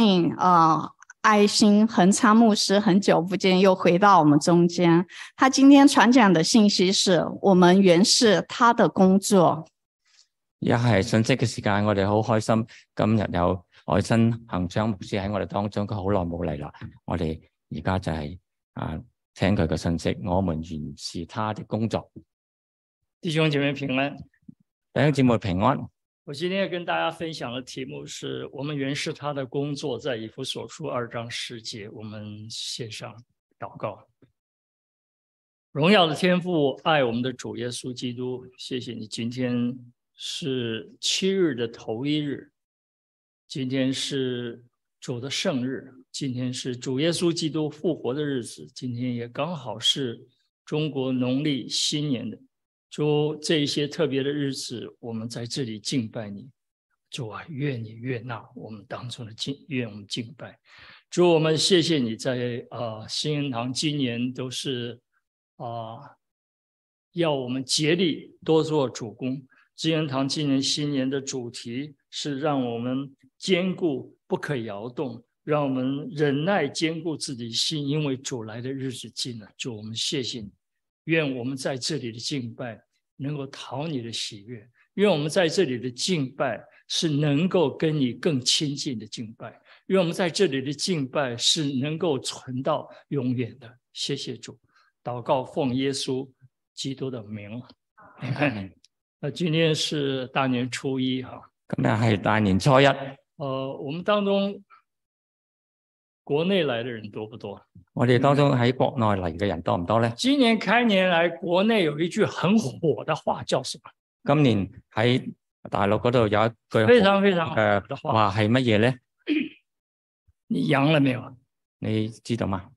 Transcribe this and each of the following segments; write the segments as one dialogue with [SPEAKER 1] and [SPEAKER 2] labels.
[SPEAKER 1] 信啊、呃爱心恒昌牧师很久不见，又回到我们中间。他今天传讲的信息是我们原是他的工作。
[SPEAKER 2] 而係信息嘅時間，我哋好開心。今日有愛新行章牧師喺我哋當中，佢好耐冇嚟啦。我哋而家就係啊聽佢嘅信息。我們原是他的工作。
[SPEAKER 3] 弟兄姐妹平安，
[SPEAKER 2] 弟兄姊妹平安。
[SPEAKER 3] 我今天要跟大家分享的题目是我们原是他的工作，在以弗所书二章十节，我们献上祷告。荣耀的天父，爱我们的主耶稣基督，谢谢你，今天是七日的头一日，今天是主的圣日，今天是主耶稣基督复活的日子，今天也刚好是中国农历新年的主，这一些特别的日子，我们在这里敬拜你。主啊，愿你悦纳我们当中的敬，愿我们敬拜。主，我们谢谢你在啊、呃新恩堂今年都是啊、要我们竭力多做主公。新恩堂今年新年的主题是让我们坚固，不可摇动，让我们忍耐坚固自己心，因为主来的日子近了。主，我们谢谢你。愿我们在这里的敬拜能够讨你的喜悦，愿我们在这里的敬拜是能够跟你更亲近的敬拜，愿我们在这里的敬拜是能够存到永远的。谢谢主，祷告奉耶稣基督的名。 那今天是大年初一哈、
[SPEAKER 2] 今日係大年初一，
[SPEAKER 3] 呃，我们当中国内来的人多不多？
[SPEAKER 2] 我哋當中喺國內嚟嘅人多唔多咧？
[SPEAKER 3] 今年开年来，国内有一句很火的话叫什么？
[SPEAKER 2] 今年喺大陸嗰度有一句
[SPEAKER 3] 非常非常火
[SPEAKER 2] 诶
[SPEAKER 3] 的话，
[SPEAKER 2] 話係乜嘢咧？
[SPEAKER 3] 你阳了没有？啊
[SPEAKER 2] 你知道嗎？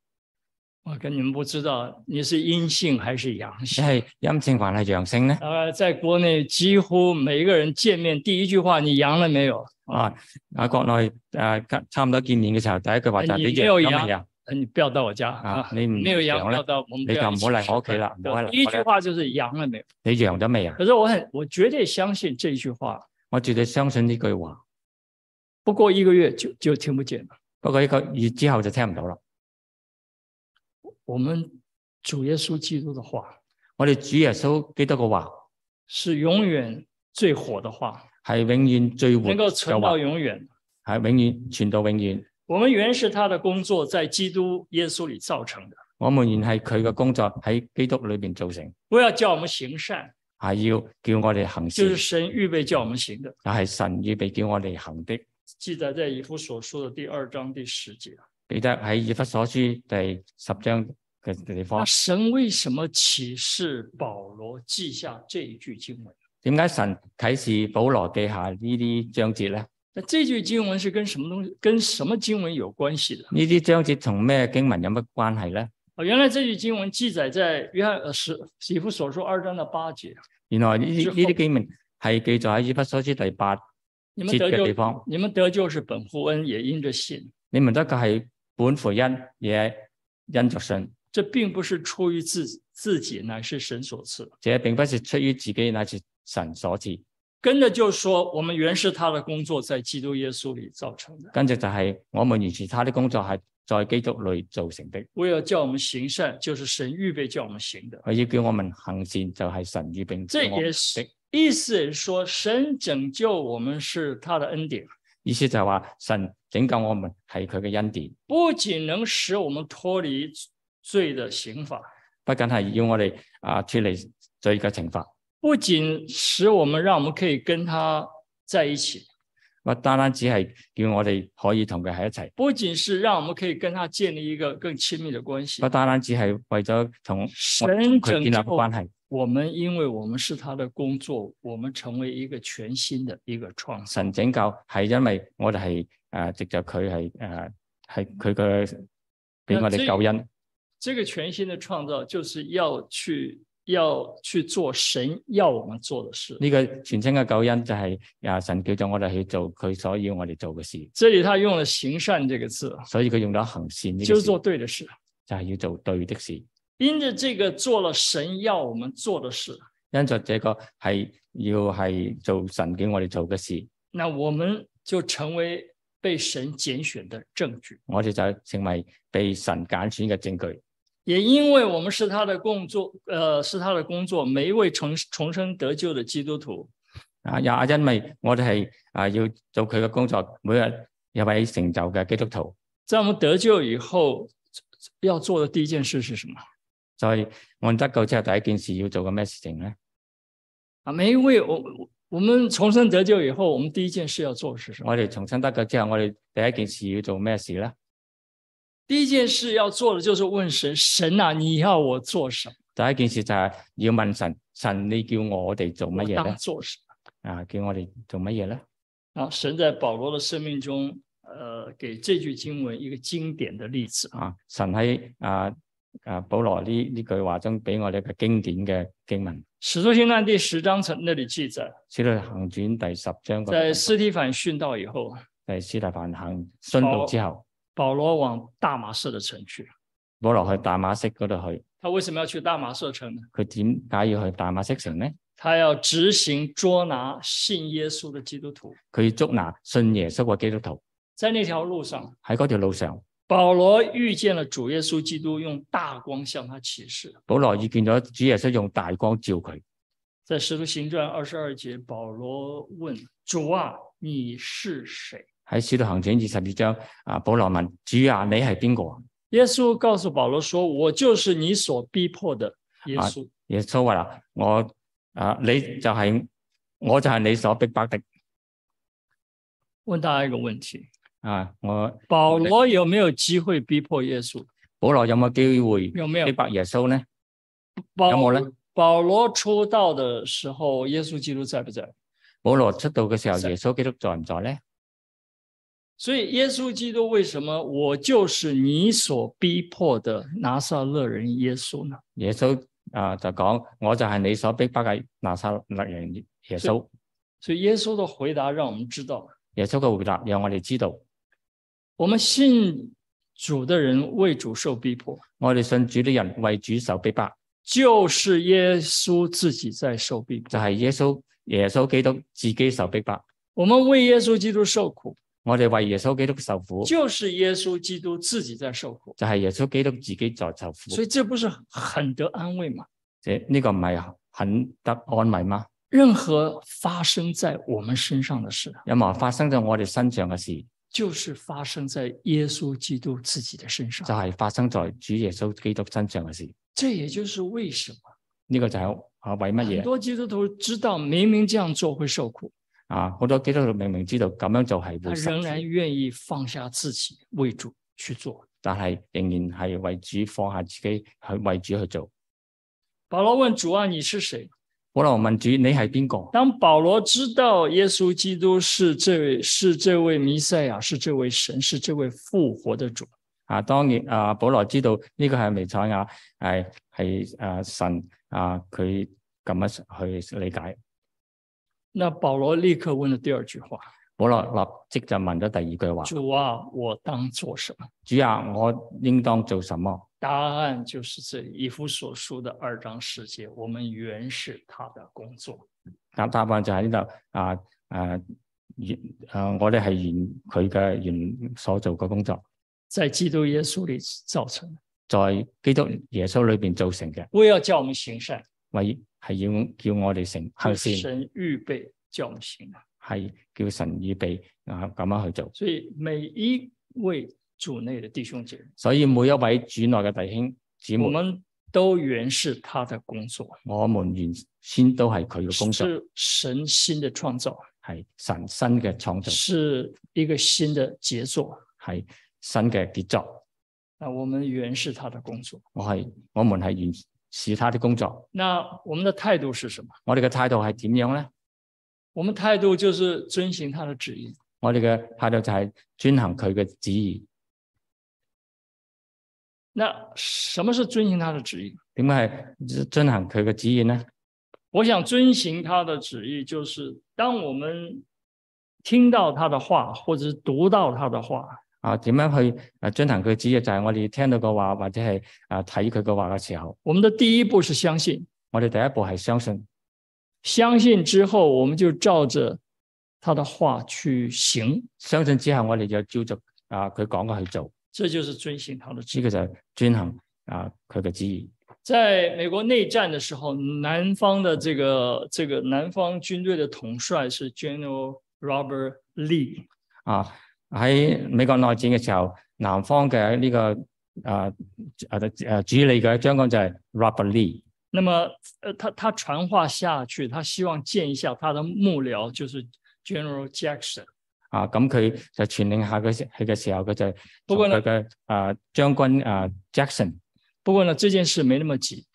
[SPEAKER 3] 我跟你们不知道你是阴性还是阳
[SPEAKER 2] 你
[SPEAKER 3] 性。
[SPEAKER 2] 係陰性還係陽性咧？
[SPEAKER 3] 呃，在国内几乎每一个人见面第一句话，你阳了没有？
[SPEAKER 2] 啊，喺國內诶，差差唔多見面嘅時候，第一句話就係
[SPEAKER 3] 你
[SPEAKER 2] 你
[SPEAKER 3] 有
[SPEAKER 2] 陽
[SPEAKER 3] 陽
[SPEAKER 2] 咁係啊，
[SPEAKER 3] 呃，你不要到我家
[SPEAKER 2] 啊
[SPEAKER 3] 啊，，
[SPEAKER 2] 你唔
[SPEAKER 3] 没有阳
[SPEAKER 2] 陽
[SPEAKER 3] 不要
[SPEAKER 2] 咧，
[SPEAKER 3] 到我们
[SPEAKER 2] 你就
[SPEAKER 3] 要
[SPEAKER 2] 唔好
[SPEAKER 3] 一起
[SPEAKER 2] 嚟我屋企
[SPEAKER 3] 吃
[SPEAKER 2] 啦
[SPEAKER 3] 饭，
[SPEAKER 2] 唔
[SPEAKER 3] 对
[SPEAKER 2] 好嚟
[SPEAKER 3] 第一
[SPEAKER 2] 我
[SPEAKER 3] 句
[SPEAKER 2] 哋
[SPEAKER 3] 话就是阳了没有？
[SPEAKER 2] 你陽咗未啊？
[SPEAKER 3] 可是我很，我绝对相信这句话，
[SPEAKER 2] 我絕對相信呢句話。
[SPEAKER 3] 不过一个月就就听不见了。
[SPEAKER 2] 不過一個月之後就聽唔到啦。
[SPEAKER 3] 我们主耶稣基督的话
[SPEAKER 2] 我哋主耶穌基督嘅話
[SPEAKER 3] 是永远最火的话，
[SPEAKER 2] 係永遠最活
[SPEAKER 3] 能够
[SPEAKER 2] 嘅
[SPEAKER 3] 存到
[SPEAKER 2] 話，
[SPEAKER 3] 永远。
[SPEAKER 2] 係永遠傳到永遠。
[SPEAKER 3] 我们原是他的工作，在基督耶稣里造成的，
[SPEAKER 2] 我們原係佢嘅工作喺基督裏边做成，
[SPEAKER 3] 不要叫我们行善，
[SPEAKER 2] 係要叫我哋行
[SPEAKER 3] 就是
[SPEAKER 2] 善，
[SPEAKER 3] 神预备叫我们行的。
[SPEAKER 2] 就係神預備叫我哋行的。
[SPEAKER 3] 记载在以弗所书的第二章第十节。
[SPEAKER 2] 記得喺以弗所書第十章嘅地
[SPEAKER 3] 那
[SPEAKER 2] 方，
[SPEAKER 3] 神为什么启示保罗记下这一句经文？
[SPEAKER 2] 點解神啟示保羅記下呢啲章節咧？
[SPEAKER 3] 那这句经文是跟什么东西、跟什么经文有关系的？
[SPEAKER 2] 呢啲章節同咩經文有乜關係咧？
[SPEAKER 3] 啊，原来这句经文记载在约翰呃十以弗所书二章的八节。
[SPEAKER 2] 原來呢
[SPEAKER 3] 之
[SPEAKER 2] 啲
[SPEAKER 3] 後
[SPEAKER 2] 呢啲經文係記載喺以弗所書第八節
[SPEAKER 3] 你们得
[SPEAKER 2] 嘅地
[SPEAKER 3] 救，
[SPEAKER 2] 方。
[SPEAKER 3] 你们得救是本乎恩，也因着信。
[SPEAKER 2] 你明得救係本乎恩，也係因着信。
[SPEAKER 3] 这并不是出于自自己，乃是神所赐。
[SPEAKER 2] 這並不是出於自己，乃是神所賜。
[SPEAKER 3] 跟着就说，我们原是他的工作，在基督耶稣里造成的。
[SPEAKER 2] 跟住就係我們完全他的工作係在基督裏造成的。
[SPEAKER 3] 为了叫我们行善，就是神预备叫我们行的。
[SPEAKER 2] 佢要叫我們行善，就係神預備
[SPEAKER 3] 这
[SPEAKER 2] 叫我
[SPEAKER 3] 也
[SPEAKER 2] 們
[SPEAKER 3] 是
[SPEAKER 2] 的
[SPEAKER 3] 意思也是说，神拯救我们是他的恩典，
[SPEAKER 2] 意思就係話神拯救我們係佢嘅恩典，
[SPEAKER 3] 不仅能使我们脱离罪的刑罚，
[SPEAKER 2] 不僅係要我哋啊脱離罪嘅懲罰，
[SPEAKER 3] 不仅使我们让我们可以跟他在一起，
[SPEAKER 2] 不單單只係叫我哋可以同佢喺一齊。
[SPEAKER 3] 不仅是让我们可以跟他建立一个更亲密的关系
[SPEAKER 2] 不。單單只係為咗同
[SPEAKER 3] 神
[SPEAKER 2] 佢
[SPEAKER 3] 拯
[SPEAKER 2] 建立
[SPEAKER 3] 救
[SPEAKER 2] 關係，
[SPEAKER 3] 我们，因为我们是他的工作，我们成为一个全新的一个创造。
[SPEAKER 2] 神拯救係因為我哋係诶藉着佢係诶系佢嘅俾我哋救恩。
[SPEAKER 3] 这个全新的创造就是要去要去做神要我们做的事。
[SPEAKER 2] 呢、個全稱嘅救恩就係啊神叫咗我哋去做佢所要我哋做嘅事，
[SPEAKER 3] 这里他用了“行善”这个字，
[SPEAKER 2] 所以佢用咗行善呢
[SPEAKER 3] 就
[SPEAKER 2] 個
[SPEAKER 3] 是
[SPEAKER 2] 字，
[SPEAKER 3] 做对的事。
[SPEAKER 2] 就係要做對的事。
[SPEAKER 3] 因着这个做了神要我们做的事，
[SPEAKER 2] 因着這個係要係做神叫我哋做嘅事，
[SPEAKER 3] 那我们就成为被神拣选的证据。
[SPEAKER 2] 我哋就成為被神揀選嘅證據。
[SPEAKER 3] 也因为我们是他的工作，呃，是他的工作，每一位重重生得救的基督徒，
[SPEAKER 2] 啊，也因為我哋係啊要做佢嘅工作，每日有位成就嘅基督徒，
[SPEAKER 3] 在我们得救以后要做的第一件事是什么？
[SPEAKER 2] 所以按得救之後，第一件事要做嘅咩事情咧？
[SPEAKER 3] 啊，每一位我我我们重生得救以后，我们第一件事要做的是什么？
[SPEAKER 2] 我哋重新得救之後，我哋第一件事要做咩事咧？
[SPEAKER 3] 第一件事要做的就是问神：神啊，你要我做什么？
[SPEAKER 2] 第一件事就係要問神，神你叫我哋做乜
[SPEAKER 3] 我
[SPEAKER 2] 嘢
[SPEAKER 3] 当
[SPEAKER 2] 咧？
[SPEAKER 3] 做什
[SPEAKER 2] 啊，叫我哋做乜嘢咧？
[SPEAKER 3] 么？啊，神在保罗的生命中，呃，给这句经文一个经典的例子。
[SPEAKER 2] 啊，神喺啊啊保羅呢呢句話中俾我哋一個經典嘅經文，《
[SPEAKER 3] 使徒行传第十章曾那里记载，
[SPEAKER 2] 使徒行傳》第十章嗰
[SPEAKER 3] 在
[SPEAKER 2] 度
[SPEAKER 3] 斯提凡殉道以后，
[SPEAKER 2] 第斯提凡行殉道之後，
[SPEAKER 3] 保罗往大马士的城去。
[SPEAKER 2] 保羅去大馬色嗰度去，
[SPEAKER 3] 他为什么要去大马士城呢？
[SPEAKER 2] 佢點解要去大馬色城咧？
[SPEAKER 3] 他要执行捉拿信耶稣的基督徒。
[SPEAKER 2] 佢要捉拿信耶穌嘅基督徒
[SPEAKER 3] 在那条路上，
[SPEAKER 2] 喺嗰條路上，
[SPEAKER 3] 保罗遇见了主耶稣基督，用大光向他启示。
[SPEAKER 2] 保羅遇見咗主耶穌用大光照佢。
[SPEAKER 3] 在《使徒行传》二十二节，保罗问主啊：“你是谁
[SPEAKER 2] 喺《使徒行傳》二十二章，啊，保羅問主啊，你係邊個啊？？”
[SPEAKER 3] 耶稣告诉保罗说：“我就是你所逼迫的耶稣。
[SPEAKER 2] 耶穌話啦，我啊，你就係我就係你所逼迫的
[SPEAKER 3] 问大家一个问题：
[SPEAKER 2] 啊！我
[SPEAKER 3] 保罗有没有机会逼迫耶稣？
[SPEAKER 2] 保羅有冇機會
[SPEAKER 3] 有没有
[SPEAKER 2] 逼？迫耶穌呢？
[SPEAKER 3] 保
[SPEAKER 2] 有冇哎呢？
[SPEAKER 3] 保罗出道的时候，耶稣基督在不在？
[SPEAKER 2] 保羅出道嘅時候，
[SPEAKER 3] 在
[SPEAKER 2] 耶穌基督在唔在呢？
[SPEAKER 3] 所以耶稣基督为什么我就是你所逼迫的拿撒勒人耶稣呢？
[SPEAKER 2] 耶穌啊就講，我就係你所逼迫嘅拿撒勒人耶穌。
[SPEAKER 3] 所以耶稣的回答让我们知道，
[SPEAKER 2] 耶穌嘅回答讓我哋知道，
[SPEAKER 3] 我们信主的人为主受逼迫，
[SPEAKER 2] 我哋信主啲人為主受逼迫，
[SPEAKER 3] 就是耶稣自己在受逼迫。
[SPEAKER 2] 就係耶穌耶穌基督自己受逼迫。
[SPEAKER 3] 我们为耶稣基督受苦，
[SPEAKER 2] 我哋為耶穌基督受苦，
[SPEAKER 3] 就是耶稣基督自己在受苦。
[SPEAKER 2] 就係耶穌基督自己在受苦。
[SPEAKER 3] 所以这不是很得安慰吗？
[SPEAKER 2] 这呢、个唔系很得安慰吗？
[SPEAKER 3] 任何发生在我们身上的事，
[SPEAKER 2] 任何发生在我哋身上嘅事，
[SPEAKER 3] 就是发生在耶稣基督自己的身上。
[SPEAKER 2] 就系、发生在主耶稣基督身上嘅事。
[SPEAKER 3] 这也就是为什么
[SPEAKER 2] 呢、个就系啊为乜
[SPEAKER 3] 很
[SPEAKER 2] 嘢
[SPEAKER 3] 多基督徒知道明明这样做会受苦，
[SPEAKER 2] 啊？好多基督徒明明知道咁样做系
[SPEAKER 3] 他
[SPEAKER 2] 会受
[SPEAKER 3] 啊仍然
[SPEAKER 2] 苦，
[SPEAKER 3] 愿意放下自己为主去做。
[SPEAKER 2] 但系仍然系为主放下自己去为主去做。
[SPEAKER 3] 保罗问主啊，你是谁？
[SPEAKER 2] 保罗问主：你系边个？
[SPEAKER 3] 当保罗知道耶稣基督是这位是这位弥赛亚，是这位神，是这位复活的主，
[SPEAKER 2] 啊，当然啊，保罗知道呢个系弥赛亚，系系啊神啊，佢咁样去理解。
[SPEAKER 3] 那保罗立刻问了第二句话：
[SPEAKER 2] 保罗立即就问咗第二句话：
[SPEAKER 3] 主啊，我当做什么？
[SPEAKER 2] 主啊，我应当做什么？
[SPEAKER 3] 答案就是这以弗所书的二章十节，我们原是他的工作。
[SPEAKER 2] 答答案就喺呢度啊啊原啊，我哋係原佢嘅原所做嘅工作，
[SPEAKER 3] 在基督耶稣里造成的，
[SPEAKER 2] 在基督耶穌裏边造成嘅，
[SPEAKER 3] 为要叫我们行善，
[SPEAKER 2] 為係要叫我哋成行
[SPEAKER 3] 就
[SPEAKER 2] 善，
[SPEAKER 3] 神预备叫我们行的。
[SPEAKER 2] 係叫神預備啊咁樣去做。
[SPEAKER 3] 所以每一位主内的弟兄姐妹，
[SPEAKER 2] 所以每一位主內嘅弟兄姊
[SPEAKER 3] 我
[SPEAKER 2] 妹，
[SPEAKER 3] 们都原是他的工作，
[SPEAKER 2] 我們原先都係佢嘅工作，
[SPEAKER 3] 是神新的创造，
[SPEAKER 2] 係神新嘅創造，
[SPEAKER 3] 是一个新的杰作。
[SPEAKER 2] 係新嘅傑作。
[SPEAKER 3] 那我们原是他的工作。
[SPEAKER 2] 我係我們係原是他的工作。
[SPEAKER 3] 那我们的态度是什么？
[SPEAKER 2] 我哋嘅態度係點樣咧？
[SPEAKER 3] 我们态度就是遵行他的旨意。
[SPEAKER 2] 我哋嘅態度就係遵行佢嘅旨意。
[SPEAKER 3] 那什么是遵行他的旨意？
[SPEAKER 2] 点解系遵行佢嘅旨意呢？
[SPEAKER 3] 我想遵行他的旨意，就是当我们听到他的话，或者是读到他的话，
[SPEAKER 2] 啊，点样去诶遵行佢嘅旨意？就係我哋聽到嘅話，或者係啊睇佢嘅話嘅時候，
[SPEAKER 3] 我们的第一步是相信，
[SPEAKER 2] 我哋第一步係相信，
[SPEAKER 3] 相信之后，我们就照着他的话去行，
[SPEAKER 2] 相信之後，我哋就照着啊佢講嘅去做，呢、
[SPEAKER 3] 这就是遵行他的旨
[SPEAKER 2] 個
[SPEAKER 3] 意。
[SPEAKER 2] 就係遵行啊佢嘅旨意。
[SPEAKER 3] 在美国内战的时候，南方的这个这个南方军队的统帅是 General Robert Lee，
[SPEAKER 2] 啊喺美國內戰嘅時候，南方嘅呢、個啊啊啊主理嘅將軍就係 Robert Lee。
[SPEAKER 3] 那么，呃，他他传话下去，他希望见一下他的幕僚，就是 General Jackson。
[SPEAKER 2] 啊，咁佢就傳令下佢佢嘅時候，佢就
[SPEAKER 3] 不過
[SPEAKER 2] 同
[SPEAKER 3] 呢
[SPEAKER 2] 佢嘅啊將軍啊 Jackson，
[SPEAKER 3] 不过呢，这件事没那么急。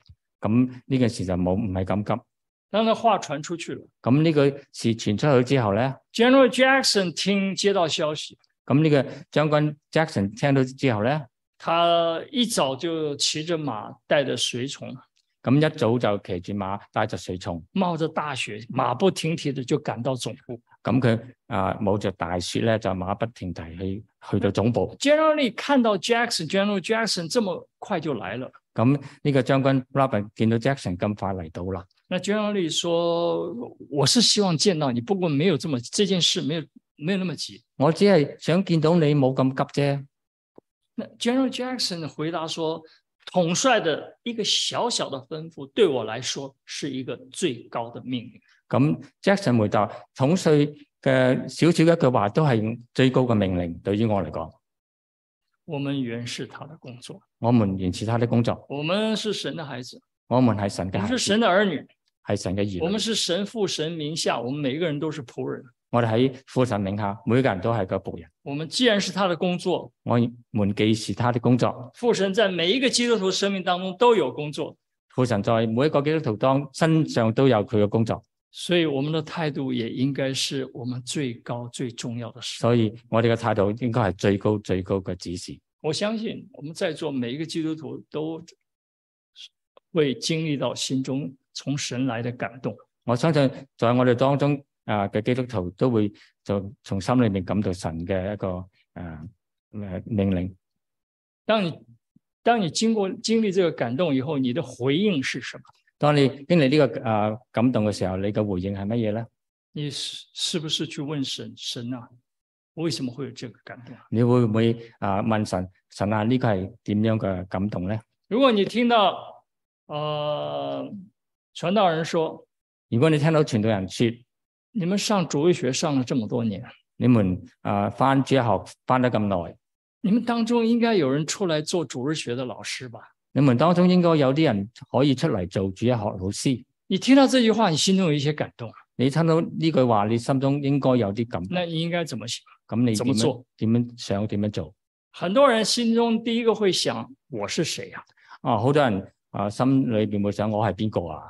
[SPEAKER 2] 咁呢件事就冇唔係咁急。
[SPEAKER 3] 当他话传出去了
[SPEAKER 2] 咁呢個事傳出去之後咧，
[SPEAKER 3] ，General Jackson 听接到消息，
[SPEAKER 2] 咁呢個將軍 Jackson 聽到之後咧，
[SPEAKER 3] 他一早就骑着马，带着随从，
[SPEAKER 2] 咁一早就騎住馬帶着隨從，
[SPEAKER 3] 冒着大雪，马不停蹄的就赶到总部。
[SPEAKER 2] 咁佢啊冇着大雪咧，就馬不停蹄去去到總部。
[SPEAKER 3] General Lee 看到 Jackson，General Jackson 这么快就来了，
[SPEAKER 2] 咁呢個將軍 Robert 見到 Jackson 咁快嚟到啦，
[SPEAKER 3] 那 General Lee 说：“我是希望见到你，不过没有这么这件事没有没有那么急。”
[SPEAKER 2] 我只係想見到你冇咁急啫。
[SPEAKER 3] 那 General Jackson 回答说：“统帅的一个小小的吩咐，对我来说是一个最高的命令。
[SPEAKER 2] 咁 Jackson 回答統帥嘅少少一句話都係最高嘅命令，對於我嚟講，
[SPEAKER 3] 我们原是他的工作，
[SPEAKER 2] 我們完成他的工作，
[SPEAKER 3] 我们是神的孩子，
[SPEAKER 2] 我們係神
[SPEAKER 3] 我
[SPEAKER 2] 嘅
[SPEAKER 3] 们
[SPEAKER 2] 孩
[SPEAKER 3] 是
[SPEAKER 2] 子，
[SPEAKER 3] 神的儿女，
[SPEAKER 2] 係神嘅
[SPEAKER 3] 我
[SPEAKER 2] 兒
[SPEAKER 3] 们
[SPEAKER 2] 女。
[SPEAKER 3] 是神父神名下，我们每个人都是仆人。
[SPEAKER 2] 我哋喺父神名下，每個人都係個仆人。
[SPEAKER 3] 我们既然是他的工作，
[SPEAKER 2] 我們既是他的工作，
[SPEAKER 3] 父神在每一个基督徒生命当中都有工作，
[SPEAKER 2] 父神在每一個基督徒當身上都有佢嘅工作，
[SPEAKER 3] 所以我们的态度也应该是我们最高最重要的事。
[SPEAKER 2] 所以我哋嘅態度應該係最高最高嘅指示。
[SPEAKER 3] 我相信我们在座每一个基督徒都会经历到心中从神来的感动。
[SPEAKER 2] 我相信在我哋當中啊嘅基督徒都會就從心裏面感到神嘅一個啊呃命令。
[SPEAKER 3] 当你当你经过经历这个感动以后，你的回应是什么？
[SPEAKER 2] 當你經歷呢、個个啊感動嘅時候，你嘅回應係乜嘢咧？
[SPEAKER 3] 你是是不是去问神神啊？为什么会有这个感动？
[SPEAKER 2] 你會唔會啊问神神啊呢、個係點樣嘅感動咧？
[SPEAKER 3] 如果你听到呃传道人说，
[SPEAKER 2] 如果你聽到傳道人说
[SPEAKER 3] 你们上主日学上了这么多年，
[SPEAKER 2] 你們啊翻主日學翻得咁耐，
[SPEAKER 3] 你们当中应该有人出来做主日学的老师吧？
[SPEAKER 2] 你們當中應該有啲人可以出嚟做主日學老師。
[SPEAKER 3] 你听到这句话，你心中有一些感動，
[SPEAKER 2] 你聽到呢句話，你心中應該有啲感動。
[SPEAKER 3] 那你应该怎么想？
[SPEAKER 2] 咁你
[SPEAKER 3] 怎
[SPEAKER 2] 點
[SPEAKER 3] 麼
[SPEAKER 2] 樣
[SPEAKER 3] 做
[SPEAKER 2] 點樣想點樣做？
[SPEAKER 3] 很多人心中第一个会想：我是谁呀、
[SPEAKER 2] 啊，好多人啊心裏边會想我係邊個啊？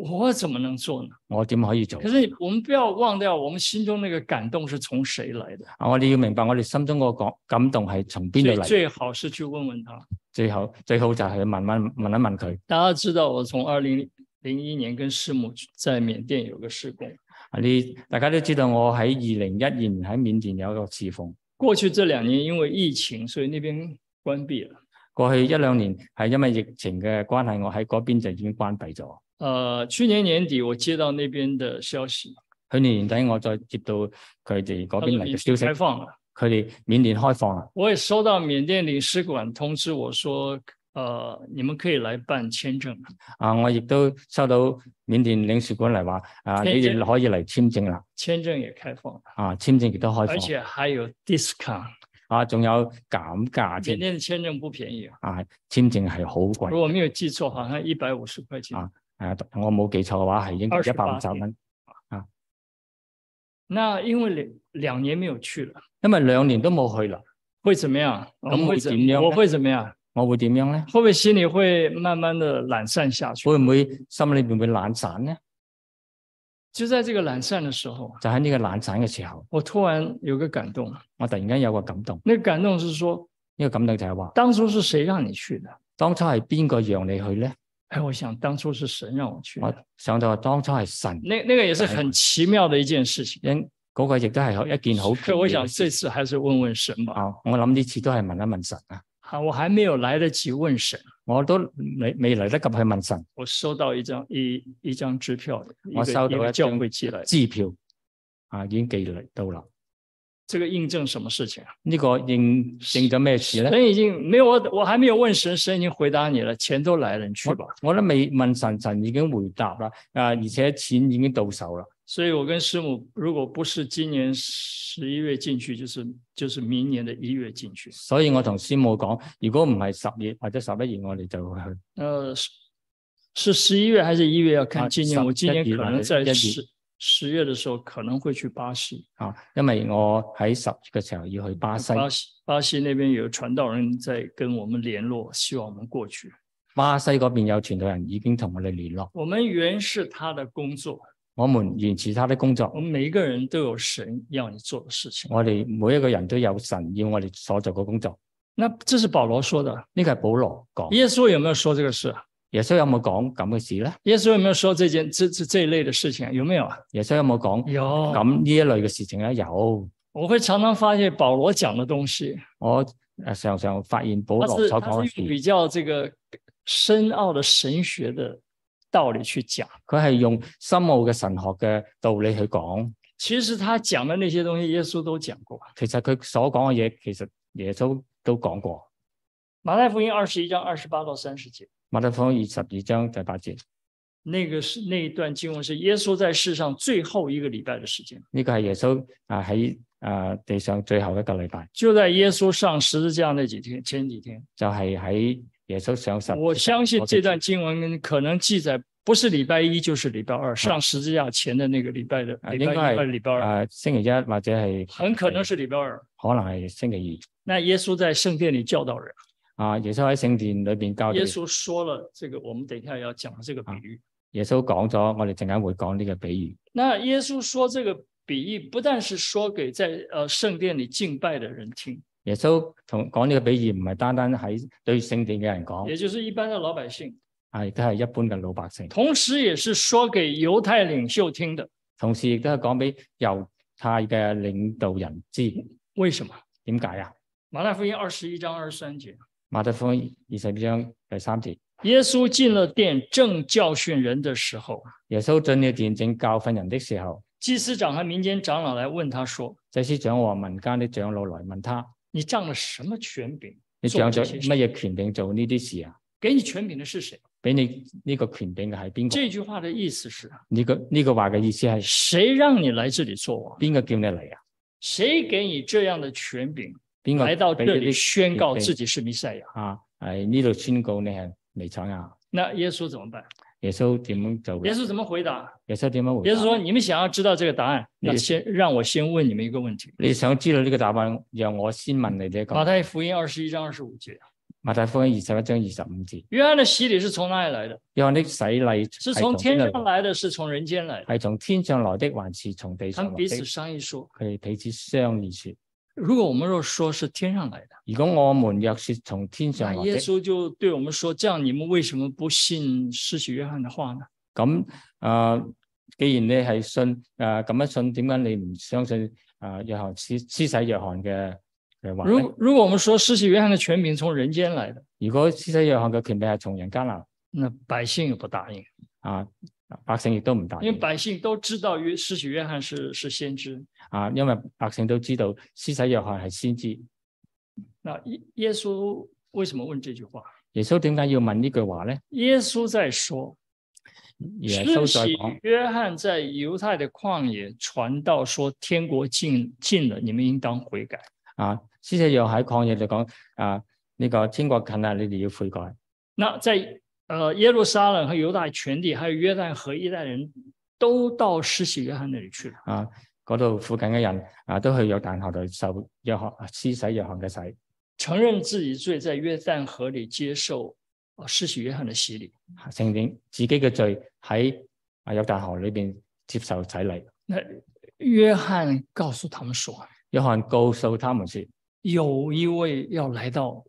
[SPEAKER 3] 我怎么能做呢？
[SPEAKER 2] 我點可以做
[SPEAKER 3] 可？是我们不要忘掉，我们心中那个感动是从谁来的。
[SPEAKER 2] 啊，我哋要明白我哋心中個感感動係從邊
[SPEAKER 3] 所以
[SPEAKER 2] 度嚟。
[SPEAKER 3] 最好是去问问他。
[SPEAKER 2] 最後最好就係慢慢問一問佢。
[SPEAKER 3] 大家知道，我从二零零一年跟师母在缅甸有个事工，
[SPEAKER 2] 啊，你大家都知道我喺二零一二年喺緬甸有一個侍奉，
[SPEAKER 3] 过去这两年因为疫情，所以那边关闭了。
[SPEAKER 2] 過去一兩年係因為疫情嘅關係，我喺嗰邊就已經關閉咗。
[SPEAKER 3] 呃，去年年底我接到那边的消息，
[SPEAKER 2] 去年年底我再接到佢哋嗰
[SPEAKER 3] 他
[SPEAKER 2] 邊
[SPEAKER 3] 们
[SPEAKER 2] 嚟嘅
[SPEAKER 3] 缅
[SPEAKER 2] 消
[SPEAKER 3] 甸
[SPEAKER 2] 息
[SPEAKER 3] 开，放了。
[SPEAKER 2] 佢哋緬甸開放啦。
[SPEAKER 3] 我也收到缅甸领事馆通知我说，呃，你们可以来办签证了。
[SPEAKER 2] 啊，我亦都收到緬甸領事館嚟話，啊，你
[SPEAKER 3] 簽證
[SPEAKER 2] 哋可以嚟簽證啦。
[SPEAKER 3] 签证也开放了，
[SPEAKER 2] 啊，簽證亦都開
[SPEAKER 3] 而
[SPEAKER 2] 放。
[SPEAKER 3] 且还有 discount。
[SPEAKER 2] 啊，仲有減價
[SPEAKER 3] 缅
[SPEAKER 2] 添。
[SPEAKER 3] 甸的签证不便宜啊，
[SPEAKER 2] 啊，簽證係好
[SPEAKER 3] 如
[SPEAKER 2] 貴。
[SPEAKER 3] 果我没有记错，好像一百五十块钱。
[SPEAKER 2] 啊誒，我冇記錯嘅話係應該一百五
[SPEAKER 3] 28
[SPEAKER 2] 十蚊，
[SPEAKER 3] 那因为两两年没有去了，
[SPEAKER 2] 因為兩年都冇去啦。
[SPEAKER 3] 会怎么样？我们
[SPEAKER 2] 会
[SPEAKER 3] 会怎
[SPEAKER 2] 怎样呢
[SPEAKER 3] 我会怎么样？
[SPEAKER 2] 我會點樣咧？
[SPEAKER 3] 会不会心里会慢慢的懒散下去？
[SPEAKER 2] 會唔會心裏邊會懶散咧？
[SPEAKER 3] 就在这个懒散的时候，
[SPEAKER 2] 就喺呢個懶散嘅時候，
[SPEAKER 3] 我突然有个感动，
[SPEAKER 2] 我突然間有個感動。
[SPEAKER 3] 那个感动是说，
[SPEAKER 2] 呢、個感動就係話，
[SPEAKER 3] 当初是谁让你去的？
[SPEAKER 2] 當初係邊個讓你去咧？
[SPEAKER 3] 哎，我想当初是神让我去的。
[SPEAKER 2] 我想到話當初係神，
[SPEAKER 3] 那那个也是很奇妙的一件事情。
[SPEAKER 2] 因嗰、個亦都係一件好奇
[SPEAKER 3] 所以我
[SPEAKER 2] 妙
[SPEAKER 3] 想
[SPEAKER 2] 嘅事
[SPEAKER 3] 这次还是问问神吧。
[SPEAKER 2] 啊！我諗呢次都係問一問神啊！
[SPEAKER 3] 啊，我还没有来得及问神，
[SPEAKER 2] 我都未未嚟得及去問神，
[SPEAKER 3] 我收到一张一一张支票，一
[SPEAKER 2] 我
[SPEAKER 3] 个
[SPEAKER 2] 收到
[SPEAKER 3] 一
[SPEAKER 2] 一
[SPEAKER 3] 个
[SPEAKER 2] 张
[SPEAKER 3] 教会寄来的。
[SPEAKER 2] 支票啊，已經寄嚟到啦。
[SPEAKER 3] 这个印证什么事情啊？
[SPEAKER 2] 呢、個應證咗咩事咧？
[SPEAKER 3] 神已经没有我，我还没有问神，神已经回答你了，钱都来了，你去吧。
[SPEAKER 2] 我都未問神，神已經回答啦。啊，而且錢已經到手啦。
[SPEAKER 3] 所以我跟师母，如果不是今年十一月进去，就是就是明年的一月进去。
[SPEAKER 2] 所以我同師母講，如果唔係十月或者十一月，我哋就去。
[SPEAKER 3] 呃，是是十一月还是一月？要看
[SPEAKER 2] 啊
[SPEAKER 3] 今
[SPEAKER 2] 11
[SPEAKER 3] 年。我今年
[SPEAKER 2] 月
[SPEAKER 3] 可
[SPEAKER 2] 吧
[SPEAKER 3] 能在
[SPEAKER 2] 11月
[SPEAKER 3] 十十月的时候可能会去巴西。
[SPEAKER 2] 啊，因為我喺十月嘅時候要去巴西，
[SPEAKER 3] 巴西巴西那边有传道人在跟我们联络，希望我们过去。
[SPEAKER 2] 巴西嗰邊有傳道人已經同我哋聯絡，
[SPEAKER 3] 我们原是他的工作，
[SPEAKER 2] 我們完成他的工作
[SPEAKER 3] 我。们每一个人都有神要你做的事情。
[SPEAKER 2] 我哋每一個人都有神要我哋所做嘅工作，
[SPEAKER 3] 那这是保罗说的。
[SPEAKER 2] 呢個係保羅講。
[SPEAKER 3] 耶稣有没有说这个事？啊
[SPEAKER 2] 耶穌有冇講咁嘅事咧？
[SPEAKER 3] 耶稣有没有说这件这这这一类的事情？有没有啊？
[SPEAKER 2] 耶穌有冇講
[SPEAKER 3] 有。
[SPEAKER 2] 咁呢一類嘅事情咧？有，
[SPEAKER 3] 我会常常发现保罗讲的東西，
[SPEAKER 2] 我誒常常發現保
[SPEAKER 3] 他
[SPEAKER 2] 羅
[SPEAKER 3] 是
[SPEAKER 2] 所
[SPEAKER 3] 他
[SPEAKER 2] 講嘅
[SPEAKER 3] 是用
[SPEAKER 2] 事，
[SPEAKER 3] 比較这个深奧的神學的道理去講。
[SPEAKER 2] 佢係用深奧嘅神學嘅道理去講。
[SPEAKER 3] 其实他讲的那些東西，耶穌都講過。
[SPEAKER 2] 其實佢所講嘅嘢，其實耶穌都講過。
[SPEAKER 3] 馬太福音二十一章二十八到三十节，
[SPEAKER 2] 馬太福音二十二章第八節，
[SPEAKER 3] 那个是那一段经文是耶穌在世上最後一个禮拜的時間。
[SPEAKER 2] 呢、個係耶穌啊喺啊地上最後一個禮拜，
[SPEAKER 3] 就在耶穌上十字架那几天，前几天，
[SPEAKER 2] 就係、喺啊耶穌上十。
[SPEAKER 3] 我相信这段经文可能记载不是禮拜一就是禮拜二，上十字架前的那個禮拜的
[SPEAKER 2] 啊
[SPEAKER 3] 禮拜
[SPEAKER 2] 應該
[SPEAKER 3] 一
[SPEAKER 2] 係
[SPEAKER 3] 或者禮拜二，
[SPEAKER 2] 啊星期一或者係
[SPEAKER 3] 很可能是禮拜二。
[SPEAKER 2] 可能係星期
[SPEAKER 3] 那耶穌在聖殿里教導人。
[SPEAKER 2] 二啊，耶穌喺聖殿裏邊教導
[SPEAKER 3] 耶稣说了这个，我们等一下要讲的这个比
[SPEAKER 2] 啊
[SPEAKER 3] 喻。
[SPEAKER 2] 耶穌講咗，我哋陣間會講呢個比喻。
[SPEAKER 3] 那耶稣说这个比喻，不但是说给在呃圣殿里敬拜的人听，
[SPEAKER 2] 耶穌同講呢個比喻唔係單單喺對聖殿嘅人講，
[SPEAKER 3] 也就是一般的老百姓，
[SPEAKER 2] 啊，亦都係一般嘅老百姓，
[SPEAKER 3] 同时也是说给猶太领袖听的。
[SPEAKER 2] 同時亦都係講俾猶太嘅領導人知。
[SPEAKER 3] 为什么？
[SPEAKER 2] 點解啊？
[SPEAKER 3] 马太福音二十一章二十三节，
[SPEAKER 2] 馬太福音二十二章第三節，
[SPEAKER 3] 耶稣进了殿，正教训人的时候，
[SPEAKER 2] 耶穌進了殿正教訓人的時候，
[SPEAKER 3] 祭司长和民间长老来问他说
[SPEAKER 2] 祭司長和民間的長老來問他：：“
[SPEAKER 3] 你仗着什么权柄？
[SPEAKER 2] 你掌咗
[SPEAKER 3] 做呢啲事
[SPEAKER 2] 乜嘢權柄做呢啲事啊？
[SPEAKER 3] 给你权柄的是谁
[SPEAKER 2] 俾你呢個權柄嘅係？”邊個？
[SPEAKER 3] 这句话的意思是：
[SPEAKER 2] 呢、個呢、個話嘅意思係
[SPEAKER 3] 谁让你来这里做王？
[SPEAKER 2] 邊個叫你嚟啊？
[SPEAKER 3] 谁给你这样的权柄
[SPEAKER 2] 邊
[SPEAKER 3] 来到
[SPEAKER 2] 個俾
[SPEAKER 3] 这
[SPEAKER 2] 咗啲
[SPEAKER 3] 里宣告
[SPEAKER 2] 權柄
[SPEAKER 3] 自己是弥赛亚？
[SPEAKER 2] 啊，喺呢度宣告你係尼采亞。
[SPEAKER 3] 那耶稣怎么办？
[SPEAKER 2] 啊耶穌點樣做
[SPEAKER 3] 耶
[SPEAKER 2] 嘅？
[SPEAKER 3] 稣怎么回答？
[SPEAKER 2] 耶穌點樣回
[SPEAKER 3] 耶稣
[SPEAKER 2] 答？
[SPEAKER 3] 说：“你们想要知道这个答案，那
[SPEAKER 2] 你
[SPEAKER 3] 先让我先问你们一个问题。
[SPEAKER 2] 你想知道呢個答案，讓我先問你呢一”個。
[SPEAKER 3] 马太福音二十一章二十五节，
[SPEAKER 2] 馬太福音二十一章二十五節，
[SPEAKER 3] 约翰的洗礼是从哪里来的？
[SPEAKER 2] 約翰的洗禮
[SPEAKER 3] 是
[SPEAKER 2] 係
[SPEAKER 3] 从天
[SPEAKER 2] 邊
[SPEAKER 3] 上
[SPEAKER 2] 度
[SPEAKER 3] 来的，是从人间来的？
[SPEAKER 2] 係從天上來的，還是從地
[SPEAKER 3] 他
[SPEAKER 2] 上來
[SPEAKER 3] 们
[SPEAKER 2] 的？
[SPEAKER 3] 彼此商议说
[SPEAKER 2] 佢哋彼此商議說：：“
[SPEAKER 3] 如果我们若说是天上來的，
[SPEAKER 2] 如果我們若是從天上
[SPEAKER 3] 那
[SPEAKER 2] 來
[SPEAKER 3] 耶
[SPEAKER 2] 的，
[SPEAKER 3] 稣就对我们说：‘这样你们为什么不信施洗约翰的话呢
[SPEAKER 2] 咁啊、呃既然你係信啊咁、樣信，點解你唔相信啊、呃、約翰施施洗約翰嘅嘅？’話
[SPEAKER 3] 如
[SPEAKER 2] 呢
[SPEAKER 3] 果如果我们说施洗约翰的权柄从人间来的，
[SPEAKER 2] 如果施洗約翰嘅權柄係從人間嚟，
[SPEAKER 3] 那百姓也不答应。”
[SPEAKER 2] 啊，百姓亦都唔答
[SPEAKER 3] 因为
[SPEAKER 2] 應
[SPEAKER 3] 百姓都知道约施洗约翰是是先知。
[SPEAKER 2] 啊，因為百姓都知道施洗約翰係先知。
[SPEAKER 3] 那耶耶稣为什么问这句话？
[SPEAKER 2] 耶穌點解要問呢句話咧？
[SPEAKER 3] 耶稣在说，
[SPEAKER 2] 耶
[SPEAKER 3] 施
[SPEAKER 2] 穌再
[SPEAKER 3] 洗
[SPEAKER 2] 講，
[SPEAKER 3] 约翰在犹太的旷野传道说，天国近近了，你们应当悔改。
[SPEAKER 2] 啊，施洗約翰喺曠野就講啊，呢、個天國近啦，你哋要悔改。
[SPEAKER 3] 那在呃耶路撒冷和犹大全地，还有约旦河一带人都到施洗约翰那里去了。
[SPEAKER 2] 啊，嗰度附近嘅人啊，都去約旦河度受約翰啊施洗約翰嘅洗，
[SPEAKER 3] 承认自己罪，在约旦河里接受呃施洗约翰的洗礼。
[SPEAKER 2] 啊承認自己嘅罪喺啊約旦河裏邊接受洗禮。
[SPEAKER 3] 那约翰告诉他们说：“
[SPEAKER 2] 約翰告訴他們說：
[SPEAKER 3] 有一位要来到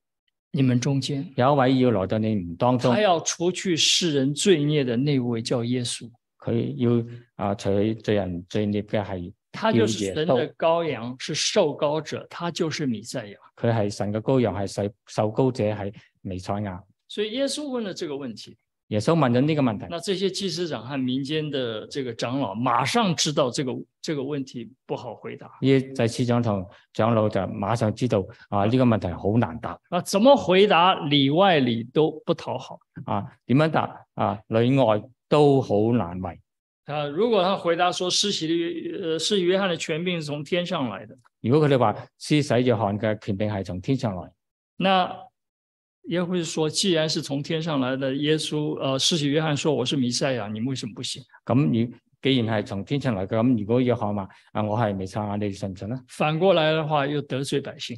[SPEAKER 3] 你们中间，
[SPEAKER 2] 有一位要來到你們當中
[SPEAKER 3] 他，要除去世人罪孽的那位叫耶稣，
[SPEAKER 2] 佢要啊除去罪人罪孽嘅係
[SPEAKER 3] 他
[SPEAKER 2] 叫
[SPEAKER 3] 就是
[SPEAKER 2] 耶
[SPEAKER 3] 神
[SPEAKER 2] 穌
[SPEAKER 3] 的，羔羊，是受膏者，他就是弥赛亚。
[SPEAKER 2] 佢係神嘅羔羊，係受受膏者，係彌賽亞。
[SPEAKER 3] 所以耶稣问了这个问题，
[SPEAKER 2] 耶穌問咗呢個問題，
[SPEAKER 3] 那这些祭司长和民间的这个长老马上知道这个这个问题不好回答，
[SPEAKER 2] 呢祭司長同長老就馬上知道啊呢、個問題好難答
[SPEAKER 3] 那怎么回答里外里都不讨好。
[SPEAKER 2] 啊，點樣答啊裏外都好難為。
[SPEAKER 3] 啊，如果他回答说施洗的约呃施洗约翰的权柄是从天上来的，
[SPEAKER 2] 如果佢哋話施洗約翰嘅權柄係從天上來，
[SPEAKER 3] 那也会说，既然是从天上来的，耶稣呃施洗约翰说我是弥赛亚，你们为什么不信？
[SPEAKER 2] 咁如既然係從天上來嘅，咁如果約翰話啊我係彌賽亞，你哋信唔信咧？
[SPEAKER 3] 反过来的话又得罪百姓，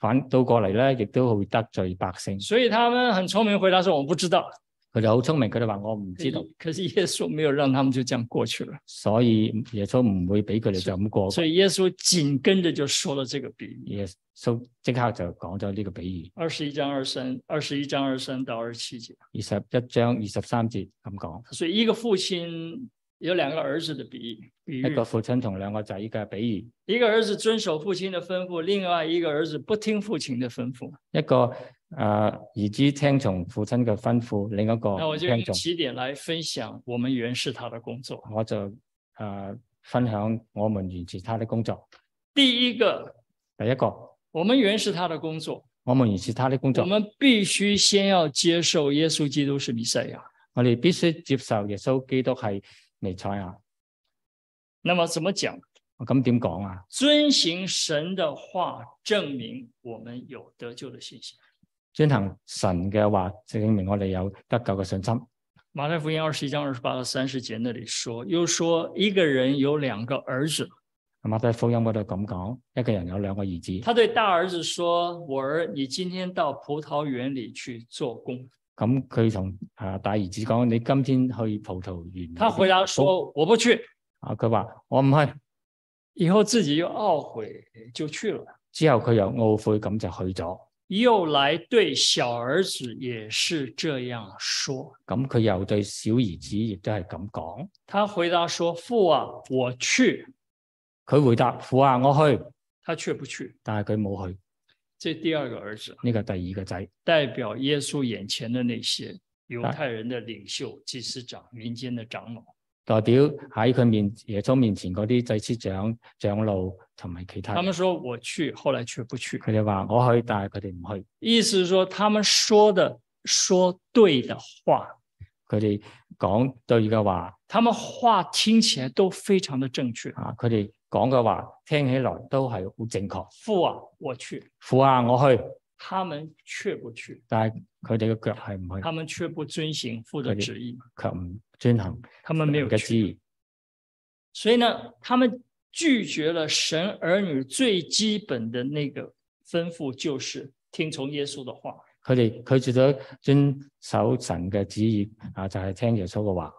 [SPEAKER 2] 反倒過嚟咧，亦都會得罪百姓。
[SPEAKER 3] 所以他们很聪明回答说我不知道，
[SPEAKER 2] 佢哋好聰明，佢哋話我唔知道，
[SPEAKER 3] 可是耶稣没有让他们就这样过去了，
[SPEAKER 2] 所以耶穌唔會俾佢哋就咁過。
[SPEAKER 3] 所以耶稣紧跟着就说了这个比喻，
[SPEAKER 2] 耶穌即刻就講咗呢個比喻，
[SPEAKER 3] 二十一章二三二十一章二三到二十七节，
[SPEAKER 2] 二十一章二十三節咁講。
[SPEAKER 3] 所以一个父亲有两个儿子的比喻，比
[SPEAKER 2] 一
[SPEAKER 3] 喻
[SPEAKER 2] 個父親同兩個仔嘅比喻，
[SPEAKER 3] 一个儿子遵守父亲的吩咐，另外一个儿子不听父亲的吩咐。
[SPEAKER 2] 一個诶、呃、儿子聽從父親嘅吩咐，另一
[SPEAKER 3] 那
[SPEAKER 2] 個
[SPEAKER 3] 啊我就用
[SPEAKER 2] 聽從。
[SPEAKER 3] 起点来分享我们原是他的工作。
[SPEAKER 2] 我就诶、呃分享我們完成他的工作。
[SPEAKER 3] 第一个，
[SPEAKER 2] 第一個，
[SPEAKER 3] 我们原是他的工作，
[SPEAKER 2] 我們完成他的工
[SPEAKER 3] 我
[SPEAKER 2] 作，
[SPEAKER 3] 们必须先要接受耶稣基督是弥赛亚。
[SPEAKER 2] 我哋必須接受耶穌基督係彌賽亞。
[SPEAKER 3] 那么怎么讲？
[SPEAKER 2] 我咁點講啊？
[SPEAKER 3] 遵行神的话，证明我们有得救的信心。
[SPEAKER 2] 遵行神嘅話，證明我哋有得救嘅信心。
[SPEAKER 3] 马太福音二十一章二十八到三十节那里说，又说一个人有两个儿子，
[SPEAKER 2] 馬太福音嗰度咁講，一個人有兩個兒子，
[SPEAKER 3] 他对大儿子说：“我儿，你今天到葡萄园里去做工。
[SPEAKER 2] 咁佢同啊大兒子講：你今天去葡萄園。”
[SPEAKER 3] 他回答说：“我不去。
[SPEAKER 2] 啊，佢話我唔去。”
[SPEAKER 3] 以后自己又懊悔，就去了。
[SPEAKER 2] 之後佢又懊悔，咁就去咗。
[SPEAKER 3] 又来对小儿子也是这样说。
[SPEAKER 2] 咁佢又對小兒子亦都係咁講。
[SPEAKER 3] 他回答说：“父啊，我去。
[SPEAKER 2] 佢回答：父啊，我去，”
[SPEAKER 3] 他却不去。
[SPEAKER 2] 但係佢冇去。
[SPEAKER 3] 这第二个儿子
[SPEAKER 2] 呢、個第二個仔
[SPEAKER 3] 代表耶稣眼前的那些犹太人的领袖、祭司长、民间的长老。
[SPEAKER 2] 代表喺佢面耶穌面前嗰啲祭司長、長老同埋其他
[SPEAKER 3] 他
[SPEAKER 2] 人，
[SPEAKER 3] 们说：“我去。”后来却不去。
[SPEAKER 2] 佢哋話我去，但係佢哋唔去。
[SPEAKER 3] 意思是说，他们说的说对的话，
[SPEAKER 2] 佢哋講對嘅話
[SPEAKER 3] 他们话听起来都非常的正确。
[SPEAKER 2] 啊，佢哋講嘅話聽起來都係好正確。
[SPEAKER 3] 父啊，我去，
[SPEAKER 2] 父啊，我去，
[SPEAKER 3] 他们却不去，
[SPEAKER 2] 但係佢哋嘅腳係唔去，
[SPEAKER 3] 他们却不遵行父的旨意，
[SPEAKER 2] 卻唔遵行
[SPEAKER 3] 他们没有
[SPEAKER 2] 神嘅旨
[SPEAKER 3] 去。
[SPEAKER 2] 意。
[SPEAKER 3] 所以呢，他们拒绝了神儿女最基本的那个吩咐，就是听从耶稣的话。
[SPEAKER 2] 佢哋拒絕咗遵守神嘅旨意啊，就係、聽耶穌嘅話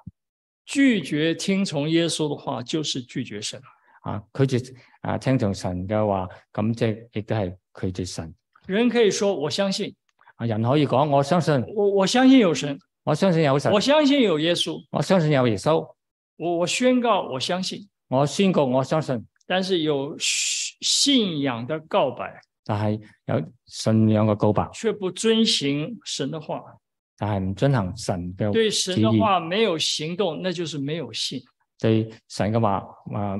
[SPEAKER 3] 拒绝听从耶稣的话，就是拒绝神。
[SPEAKER 2] 啊，拒絕啊聽從神嘅話，咁即係亦都係拒絕神。
[SPEAKER 3] 人可以说：“我相信，
[SPEAKER 2] 啊，人可以講我相信，
[SPEAKER 3] 我我相信有神，
[SPEAKER 2] 我相信有神
[SPEAKER 3] 我，相信有耶稣，
[SPEAKER 2] 我相信有耶穌。
[SPEAKER 3] 我我宣告我相信。
[SPEAKER 2] 我宣告我相信，”
[SPEAKER 3] 但是有信仰的告白，
[SPEAKER 2] 但係有信仰嘅告白，
[SPEAKER 3] 却不遵行神的话，
[SPEAKER 2] 但係唔遵行神嘅
[SPEAKER 3] 对神的话没有行动，那就是没有信。
[SPEAKER 2] 對神嘅話，啊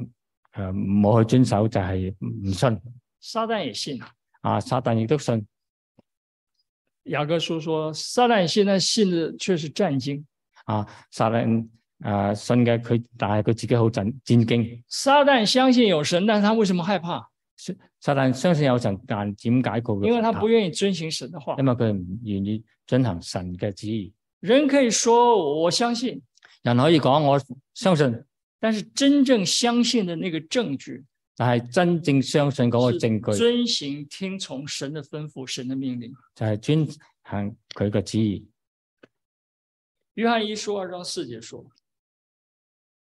[SPEAKER 2] 诶唔好去遵守就係唔信。
[SPEAKER 3] 撒旦也信了。
[SPEAKER 2] 啊，撒旦亦都信。
[SPEAKER 3] 雅各书说，撒旦现在信的却是战经。
[SPEAKER 2] 啊，撒旦诶、啊信嘅佢，但係佢自己好震戰驚。
[SPEAKER 3] 撒旦相信有神，但是他为什么害怕？
[SPEAKER 2] 撒旦相信有神，但點解佢會
[SPEAKER 3] 因为他
[SPEAKER 2] 怕
[SPEAKER 3] 不愿意遵行神的话
[SPEAKER 2] 因。為佢唔願意遵行神嘅旨意。
[SPEAKER 3] 人可以说我相信，
[SPEAKER 2] 人可以講我相信，
[SPEAKER 3] 但是真正相信的那个证据
[SPEAKER 2] 但係真正相信嗰個
[SPEAKER 3] 是
[SPEAKER 2] 證據
[SPEAKER 3] 遵行听从神的吩咐、神的命令。
[SPEAKER 2] 就係遵行佢嘅旨意。
[SPEAKER 3] 约翰一书二章四节说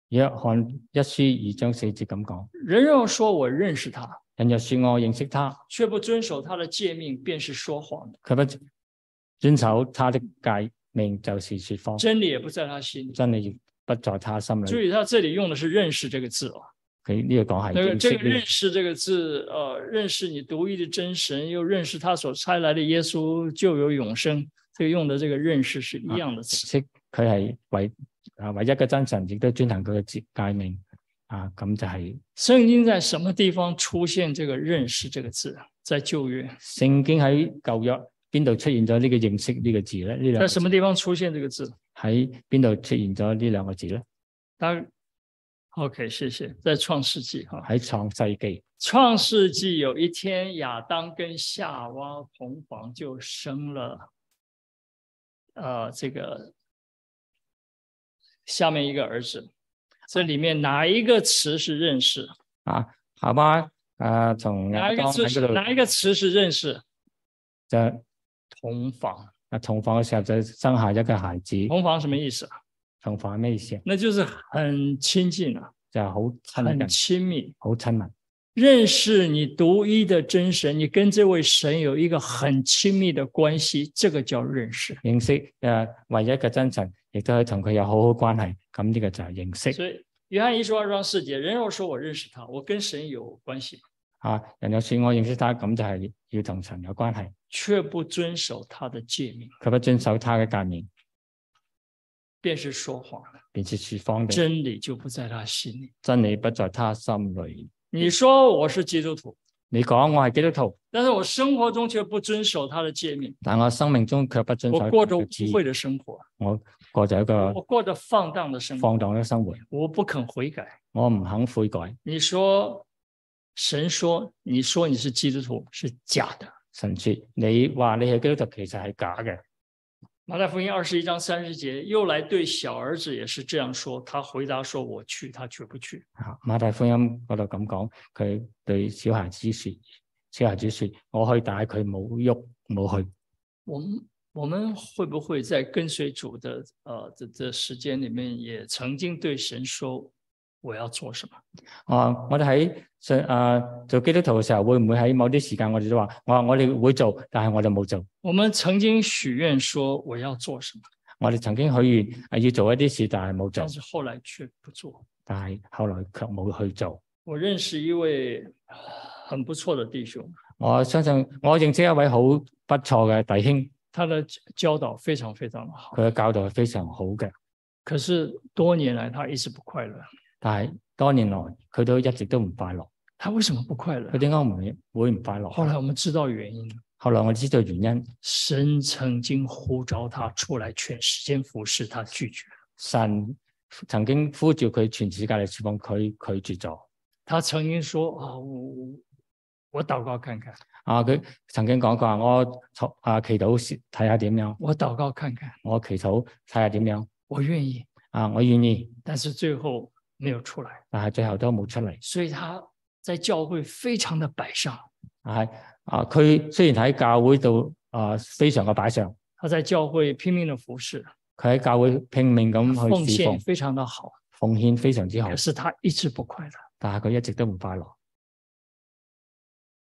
[SPEAKER 2] 約翰一書二章四節咁講：：“
[SPEAKER 3] 人若说我认识他，
[SPEAKER 2] 人若说我認識他，
[SPEAKER 3] 却不遵守他的诫命，便是说谎的，
[SPEAKER 2] 卻不遵守他的戒命，就是说谎。
[SPEAKER 3] 真理也不在他心里。”
[SPEAKER 2] 真理亦不在他心
[SPEAKER 3] 注
[SPEAKER 2] 裏。
[SPEAKER 3] 意，他这里用的是“认识”这个字哦。
[SPEAKER 2] 佢呢個講係
[SPEAKER 3] 那个
[SPEAKER 2] 認
[SPEAKER 3] 哎这
[SPEAKER 2] 識
[SPEAKER 3] 个“认
[SPEAKER 2] 呢
[SPEAKER 3] 识”这个字，呃，认识你独一的真神，又认识他所差来的耶稣，就有永生。这个用的这个认识是一样的词。
[SPEAKER 2] 識佢係唯啊唯一嘅真神，亦都遵行佢嘅節誡命啊。咁就係
[SPEAKER 3] 圣经在什么地方出现这个“认识”这个字？啊在旧约，
[SPEAKER 2] 聖經喺舊約邊度出現咗呢個認識呢個字咧？呢兩
[SPEAKER 3] 在
[SPEAKER 2] 個
[SPEAKER 3] 什
[SPEAKER 2] 字
[SPEAKER 3] 么地方出现这个字？
[SPEAKER 2] 喺邊度出現咗呢兩個字咧？
[SPEAKER 3] 当 OK，谢谢，在创世纪哈。
[SPEAKER 2] 喺創世記
[SPEAKER 3] 创世纪有一天，亚当跟夏娃同房就生了，呃，这个下面一个儿子。这里面哪一个词是认识？
[SPEAKER 2] 啊，夏娃啊同
[SPEAKER 3] 哪
[SPEAKER 2] 亞
[SPEAKER 3] 一个
[SPEAKER 2] 當
[SPEAKER 3] 词
[SPEAKER 2] 喺
[SPEAKER 3] 是
[SPEAKER 2] 嗰度
[SPEAKER 3] 哪一个詞是认识？
[SPEAKER 2] 就
[SPEAKER 3] 同房，
[SPEAKER 2] 啊同房嘅時候就生下一個孩子。
[SPEAKER 3] 同房什么意思啊？
[SPEAKER 2] 同房係咩意思啊？
[SPEAKER 3] 那就是很亲近啊，
[SPEAKER 2] 就係好親
[SPEAKER 3] 很
[SPEAKER 2] 近，
[SPEAKER 3] 亲密。
[SPEAKER 2] 好親密。
[SPEAKER 3] 认识你独一的真神，你跟这位神有一个很亲密的关系，这个叫认识。
[SPEAKER 2] 認識誒呃唯一嘅真神，亦都可以同佢有好好關係。咁呢個就係認識
[SPEAKER 3] 所以约翰一书二章四节，人若说我认识他，我跟神有关系，
[SPEAKER 2] 啊！人有說我認識他，咁就係要同神有關係。
[SPEAKER 3] 却不遵守他的诫命，
[SPEAKER 2] 佢不遵守他嘅誡命，
[SPEAKER 3] 便是说谎了。
[SPEAKER 2] 便是説謊的。
[SPEAKER 3] 真理就不在他心里。
[SPEAKER 2] 真理不在他心裏。
[SPEAKER 3] 你说我是基督徒，
[SPEAKER 2] 你講我係基督徒，
[SPEAKER 3] 但是我生活中却不遵守他的诫命，
[SPEAKER 2] 但我生命中卻不遵守
[SPEAKER 3] 我过着
[SPEAKER 2] 佢
[SPEAKER 3] 污
[SPEAKER 2] 嘅旨意
[SPEAKER 3] 秽的生活，
[SPEAKER 2] 我過咗一個
[SPEAKER 3] 我过着放荡的生
[SPEAKER 2] 嗯
[SPEAKER 3] 活，
[SPEAKER 2] 放蕩嘅生活，
[SPEAKER 3] 我不肯悔改。
[SPEAKER 2] 我唔肯悔改。
[SPEAKER 3] 你说，神说，你说你是基督徒是假的。
[SPEAKER 2] 神説：你話你係基督徒，其實係假嘅。
[SPEAKER 3] 马太福音二十一章三十节，又来对小儿子也是这样说。他回答说：“我去，他绝不去。
[SPEAKER 2] 啊馬太福音嗰度咁講，佢對小孩子説：小孩子説，我去，但係佢冇喐，冇去。
[SPEAKER 3] 我们我们会不会在跟随主的呃这这时间里面，也曾经对神说我要做什么？
[SPEAKER 2] 啊，我哋喺信啊做基督徒嘅時候，會唔會喺某啲時間我哋都話：我我哋會做，但係我哋冇做。
[SPEAKER 3] 我们曾经许愿说我要做什么，
[SPEAKER 2] 我哋曾經許願啊要做一啲事，但係冇做
[SPEAKER 3] 但，是后来却不做。
[SPEAKER 2] 但係後來卻冇去做。
[SPEAKER 3] 我认识一位呃很不错的弟兄，
[SPEAKER 2] 我相信我認識一位好不錯嘅弟兄，
[SPEAKER 3] 他的教教導非常非常的好，
[SPEAKER 2] 佢嘅教導係非常好嘅，
[SPEAKER 3] 可是多年来他一直不快乐。
[SPEAKER 2] 但係多年來佢都一直都唔快樂。
[SPEAKER 3] 他为什么不快乐啊
[SPEAKER 2] 佢？點解唔會唔快樂？
[SPEAKER 3] 后来我们知道原因了。
[SPEAKER 2] 後來我知道原因。
[SPEAKER 3] 神曾经呼召他出来全时间服侍，他拒绝；
[SPEAKER 2] 神曾經呼召佢全世界嚟侍奉佢，拒絕咗。
[SPEAKER 3] 他曾经说啊，我我我祷告看看，
[SPEAKER 2] 啊，佢曾經講過話我坐啊祈禱先睇下點樣，
[SPEAKER 3] 我祷告看看，
[SPEAKER 2] 我祈禱睇下點樣。
[SPEAKER 3] 我愿意，
[SPEAKER 2] 啊，我願意，
[SPEAKER 3] 但是最后没有出来，
[SPEAKER 2] 但係最後都冇出嚟。
[SPEAKER 3] 所以他在教会非常的摆上，
[SPEAKER 2] 但係啊，佢雖然喺教會度啊非常嘅擺上，
[SPEAKER 3] 他在教会拼命的服侍，
[SPEAKER 2] 佢喺教會拼命咁
[SPEAKER 3] 奉
[SPEAKER 2] 去侍
[SPEAKER 3] 献
[SPEAKER 2] 奉，
[SPEAKER 3] 非常的好，
[SPEAKER 2] 奉獻非常之好
[SPEAKER 3] 可，是他一直不快乐。
[SPEAKER 2] 但係佢一直都唔快樂。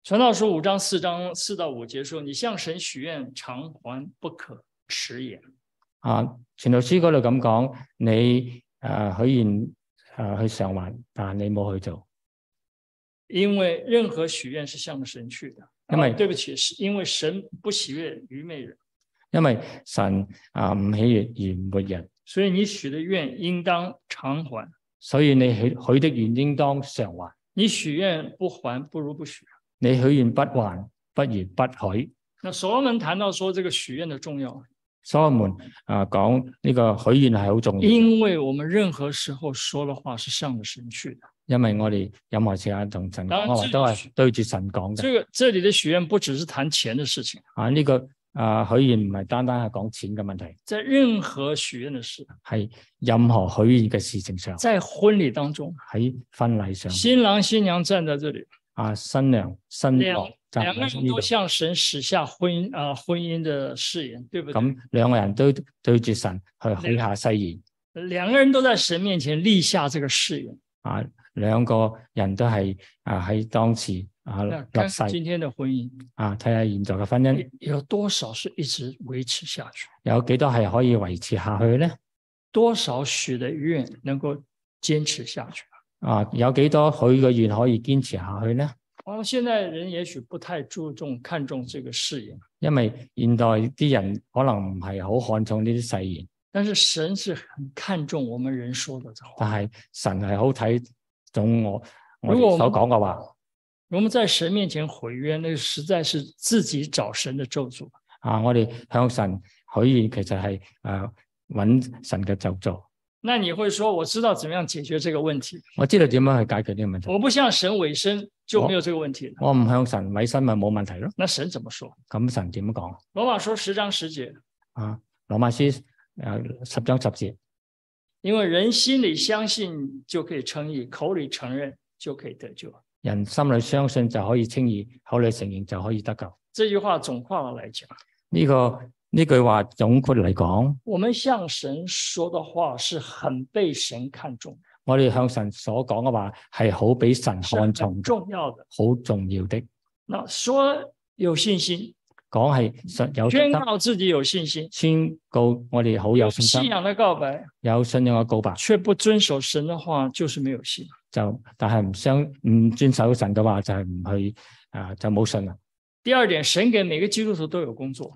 [SPEAKER 3] 传道书五章四章四到五节说：“你向神许愿，偿还不可迟延。”
[SPEAKER 2] 啊，傳道書嗰度咁講，你呃誒許願誒呃去償還，但係你冇去做。
[SPEAKER 3] 因为任何许愿是向着神去的。
[SPEAKER 2] 因为
[SPEAKER 3] 啊对不起，是因为神不喜悦愚昧人，
[SPEAKER 2] 因为神啊唔喜悦愚昧人，
[SPEAKER 3] 所以你许的愿应当偿还。
[SPEAKER 2] 所以你许许的愿应当偿还。
[SPEAKER 3] 你许愿不还，不如不许。
[SPEAKER 2] 你许愿不还，不如不许。
[SPEAKER 3] 那所罗门谈到说这个许愿的重要，
[SPEAKER 2] 所罗门啊讲呢个许愿系好重要，
[SPEAKER 3] 因为我们任何时候说的话是向着神去的。
[SPEAKER 2] 因为我哋任何时间同神
[SPEAKER 3] 当
[SPEAKER 2] 讲嘅
[SPEAKER 3] 然
[SPEAKER 2] 话
[SPEAKER 3] 知
[SPEAKER 2] 都系对住神讲嘅。
[SPEAKER 3] 这个这里的许愿不只是谈钱的事情，
[SPEAKER 2] 啊呢、个啊许愿唔系单单系讲钱嘅问题，
[SPEAKER 3] 在任何许愿的事，
[SPEAKER 2] 系任何许愿嘅事情上，
[SPEAKER 3] 在婚礼当中，
[SPEAKER 2] 喺婚礼上
[SPEAKER 3] 新郎新娘站在这里，
[SPEAKER 2] 啊新娘新
[SPEAKER 3] 两
[SPEAKER 2] 郎就
[SPEAKER 3] 两个
[SPEAKER 2] 喺
[SPEAKER 3] 人
[SPEAKER 2] 呢
[SPEAKER 3] 都
[SPEAKER 2] 度
[SPEAKER 3] 向神许下婚姻啊、婚姻的誓言，对不对？
[SPEAKER 2] 咁两个人都对住神去许下誓言。
[SPEAKER 3] 两个人都在神面前立下这个誓言。
[SPEAKER 2] 啊，兩個人都係啊喺當時啊
[SPEAKER 3] 那
[SPEAKER 2] 立
[SPEAKER 3] 看
[SPEAKER 2] 誓
[SPEAKER 3] 看今天的婚姻
[SPEAKER 2] 啊，睇下現在嘅婚姻
[SPEAKER 3] 有多少是一直维持下去，
[SPEAKER 2] 有幾多係可以維持下去咧？
[SPEAKER 3] 多少许的愿能够坚持下去。
[SPEAKER 2] 啊，有幾多許嘅願可以堅持下去咧？
[SPEAKER 3] 然后现在人也许不太注重看重这个誓言，
[SPEAKER 2] 因為現代啲人可能唔係好看重呢啲誓言，
[SPEAKER 3] 但是神是很看重我们人说的
[SPEAKER 2] 但
[SPEAKER 3] 话。
[SPEAKER 2] 係神係好睇重我我
[SPEAKER 3] 如果我
[SPEAKER 2] 哋
[SPEAKER 3] 们
[SPEAKER 2] 所講嘅話。
[SPEAKER 3] 我们在神面前毁约，那实在是自己找神的咒诅。
[SPEAKER 2] 啊，我哋向神許願，其實係诶揾神嘅咒助。
[SPEAKER 3] 那你会说，我知道怎么样解決這個問題，
[SPEAKER 2] 我知道點樣去解決呢個問題，
[SPEAKER 3] 我不向神委身就没有這個問題了。
[SPEAKER 2] 我唔向神委身咪冇問題咯。
[SPEAKER 3] 那神怎么说？
[SPEAKER 2] 咁神點講
[SPEAKER 3] 羅馬書十章十節，
[SPEAKER 2] 啊？羅馬書诶十章十節，
[SPEAKER 3] 因為人心里相信就可以称義，口里承認就可以得救。
[SPEAKER 2] 人心裏相信就可以稱義，口裏承認就可以得救。
[SPEAKER 3] 这句话总括了来讲，
[SPEAKER 2] 呢、個呢句話總括嚟講，
[SPEAKER 3] 我们向神说的話是很被神看重的，
[SPEAKER 2] 我哋向神所講嘅話係好俾神
[SPEAKER 3] 是
[SPEAKER 2] 看重
[SPEAKER 3] 很
[SPEAKER 2] 嘅，
[SPEAKER 3] 重要的。
[SPEAKER 2] 好重要的。
[SPEAKER 3] 那说有信心，
[SPEAKER 2] 講係實有
[SPEAKER 3] 宣
[SPEAKER 2] 信心，
[SPEAKER 3] 告自己有信心，
[SPEAKER 2] 宣告我哋好有信
[SPEAKER 3] 信
[SPEAKER 2] 心，
[SPEAKER 3] 仰的告白，
[SPEAKER 2] 有信仰嘅告白。
[SPEAKER 3] 却不遵守神的话，就是没有信。
[SPEAKER 2] 就但係唔相唔遵守神嘅話，就係唔去啊，就冇信啦。
[SPEAKER 3] 第二点，神给每个基督徒都有工作。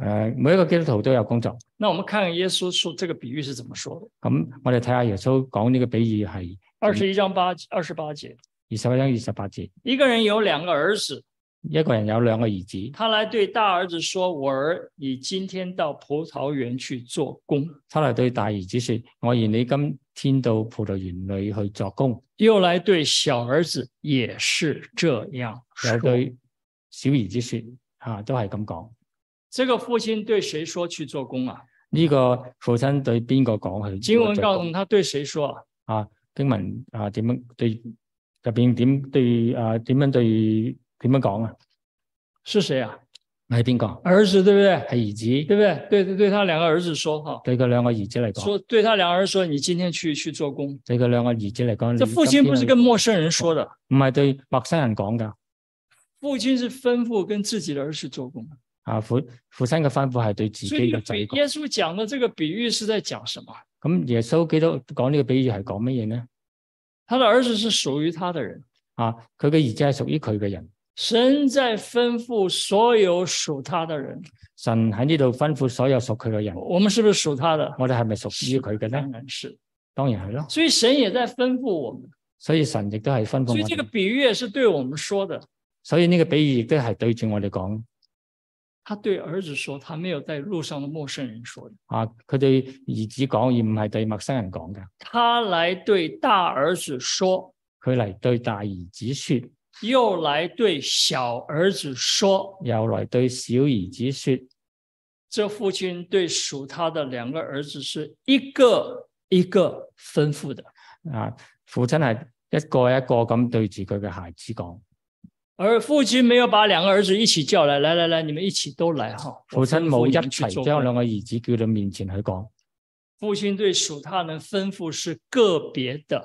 [SPEAKER 2] 诶、呃每一個基督徒都有工作。
[SPEAKER 3] 那我们看看耶稣说这个比喻是怎么说的。
[SPEAKER 2] 咁我哋睇下耶穌講呢個比喻係
[SPEAKER 3] 二十一章八二十八节，
[SPEAKER 2] 二十一章二十八節，
[SPEAKER 3] 一个人有两个儿子，
[SPEAKER 2] 一個人有兩個兒子，
[SPEAKER 3] 他来对大儿子说：“我儿，你今天到葡萄园去做工。
[SPEAKER 2] 他嚟對大兒子說：我願你今天到葡萄園裏去作工。”
[SPEAKER 3] 又来对小儿子也是这样
[SPEAKER 2] 又
[SPEAKER 3] 说。
[SPEAKER 2] 對小兒子說：啊，都係咁講。
[SPEAKER 3] 这个父亲对谁说去做工啊？
[SPEAKER 2] 呢、個父親對邊個講佢？
[SPEAKER 3] 经文告诉我们，他对谁说啊？
[SPEAKER 2] 經文啊點樣對入邊點對啊點樣對點樣講啊？
[SPEAKER 3] 是谁啊？
[SPEAKER 2] 係邊個？
[SPEAKER 3] 儿子，对不对？
[SPEAKER 2] 係兒子。
[SPEAKER 3] 对不对？对对对，他两个儿子说哈，
[SPEAKER 2] 对佢兩個兒子嚟講，
[SPEAKER 3] 说对他两个儿子说，你今天去去做工。
[SPEAKER 2] 對佢兩個兒子嚟講，
[SPEAKER 3] 这
[SPEAKER 2] 你
[SPEAKER 3] 父
[SPEAKER 2] 今
[SPEAKER 3] 亲不
[SPEAKER 2] 天
[SPEAKER 3] 是跟陌生人说的，
[SPEAKER 2] 唔係對陌生人講㗎。
[SPEAKER 3] 父亲是吩咐跟自己的儿子做工。
[SPEAKER 2] 啊父父親嘅吩咐係對自己
[SPEAKER 3] 所以这
[SPEAKER 2] 嘅
[SPEAKER 3] 个
[SPEAKER 2] 仔
[SPEAKER 3] 比
[SPEAKER 2] 講。
[SPEAKER 3] 耶穌讲的这个比喻是在讲什么？
[SPEAKER 2] 咁耶穌基督講呢個比喻係講乜嘢呢？
[SPEAKER 3] 他的儿子是属於他的人，
[SPEAKER 2] 啊，佢嘅兒子係屬於佢嘅人，
[SPEAKER 3] 神在吩咐所有属他的人，
[SPEAKER 2] 神喺呢度吩咐所有屬佢嘅人，
[SPEAKER 3] 我们是不是属他的？
[SPEAKER 2] 我哋係咪屬於佢嘅呢？
[SPEAKER 3] 当然是。
[SPEAKER 2] 當然係咯，
[SPEAKER 3] 所以神也在吩咐我们，
[SPEAKER 2] 所以神亦都係吩咐
[SPEAKER 3] 所以
[SPEAKER 2] 我
[SPEAKER 3] 这个
[SPEAKER 2] 哋，
[SPEAKER 3] 比喻也是对我们说的。
[SPEAKER 2] 所以呢個比喻亦都係對住我哋講。
[SPEAKER 3] 他对儿子说，他没有在路上的陌生人说的。
[SPEAKER 2] 啊，佢對兒子講，而唔係對陌生人講㗎。
[SPEAKER 3] 他来对大儿子说，
[SPEAKER 2] 佢嚟對大兒子說，
[SPEAKER 3] 又来对小儿子说。
[SPEAKER 2] 又嚟對小兒子說。
[SPEAKER 3] 这父亲对属他的两个儿子是一个一个吩咐的。
[SPEAKER 2] 啊，父親係一個一個咁對住佢嘅孩子講，
[SPEAKER 3] 而父亲没有把两个儿子一起叫来，来来来，你们一起都来哈。
[SPEAKER 2] 父親冇一
[SPEAKER 3] 我吩咐你们去做
[SPEAKER 2] 齊
[SPEAKER 3] 工
[SPEAKER 2] 將兩個兒子叫到面前去講，
[SPEAKER 3] 父亲对属他的吩咐是个别的，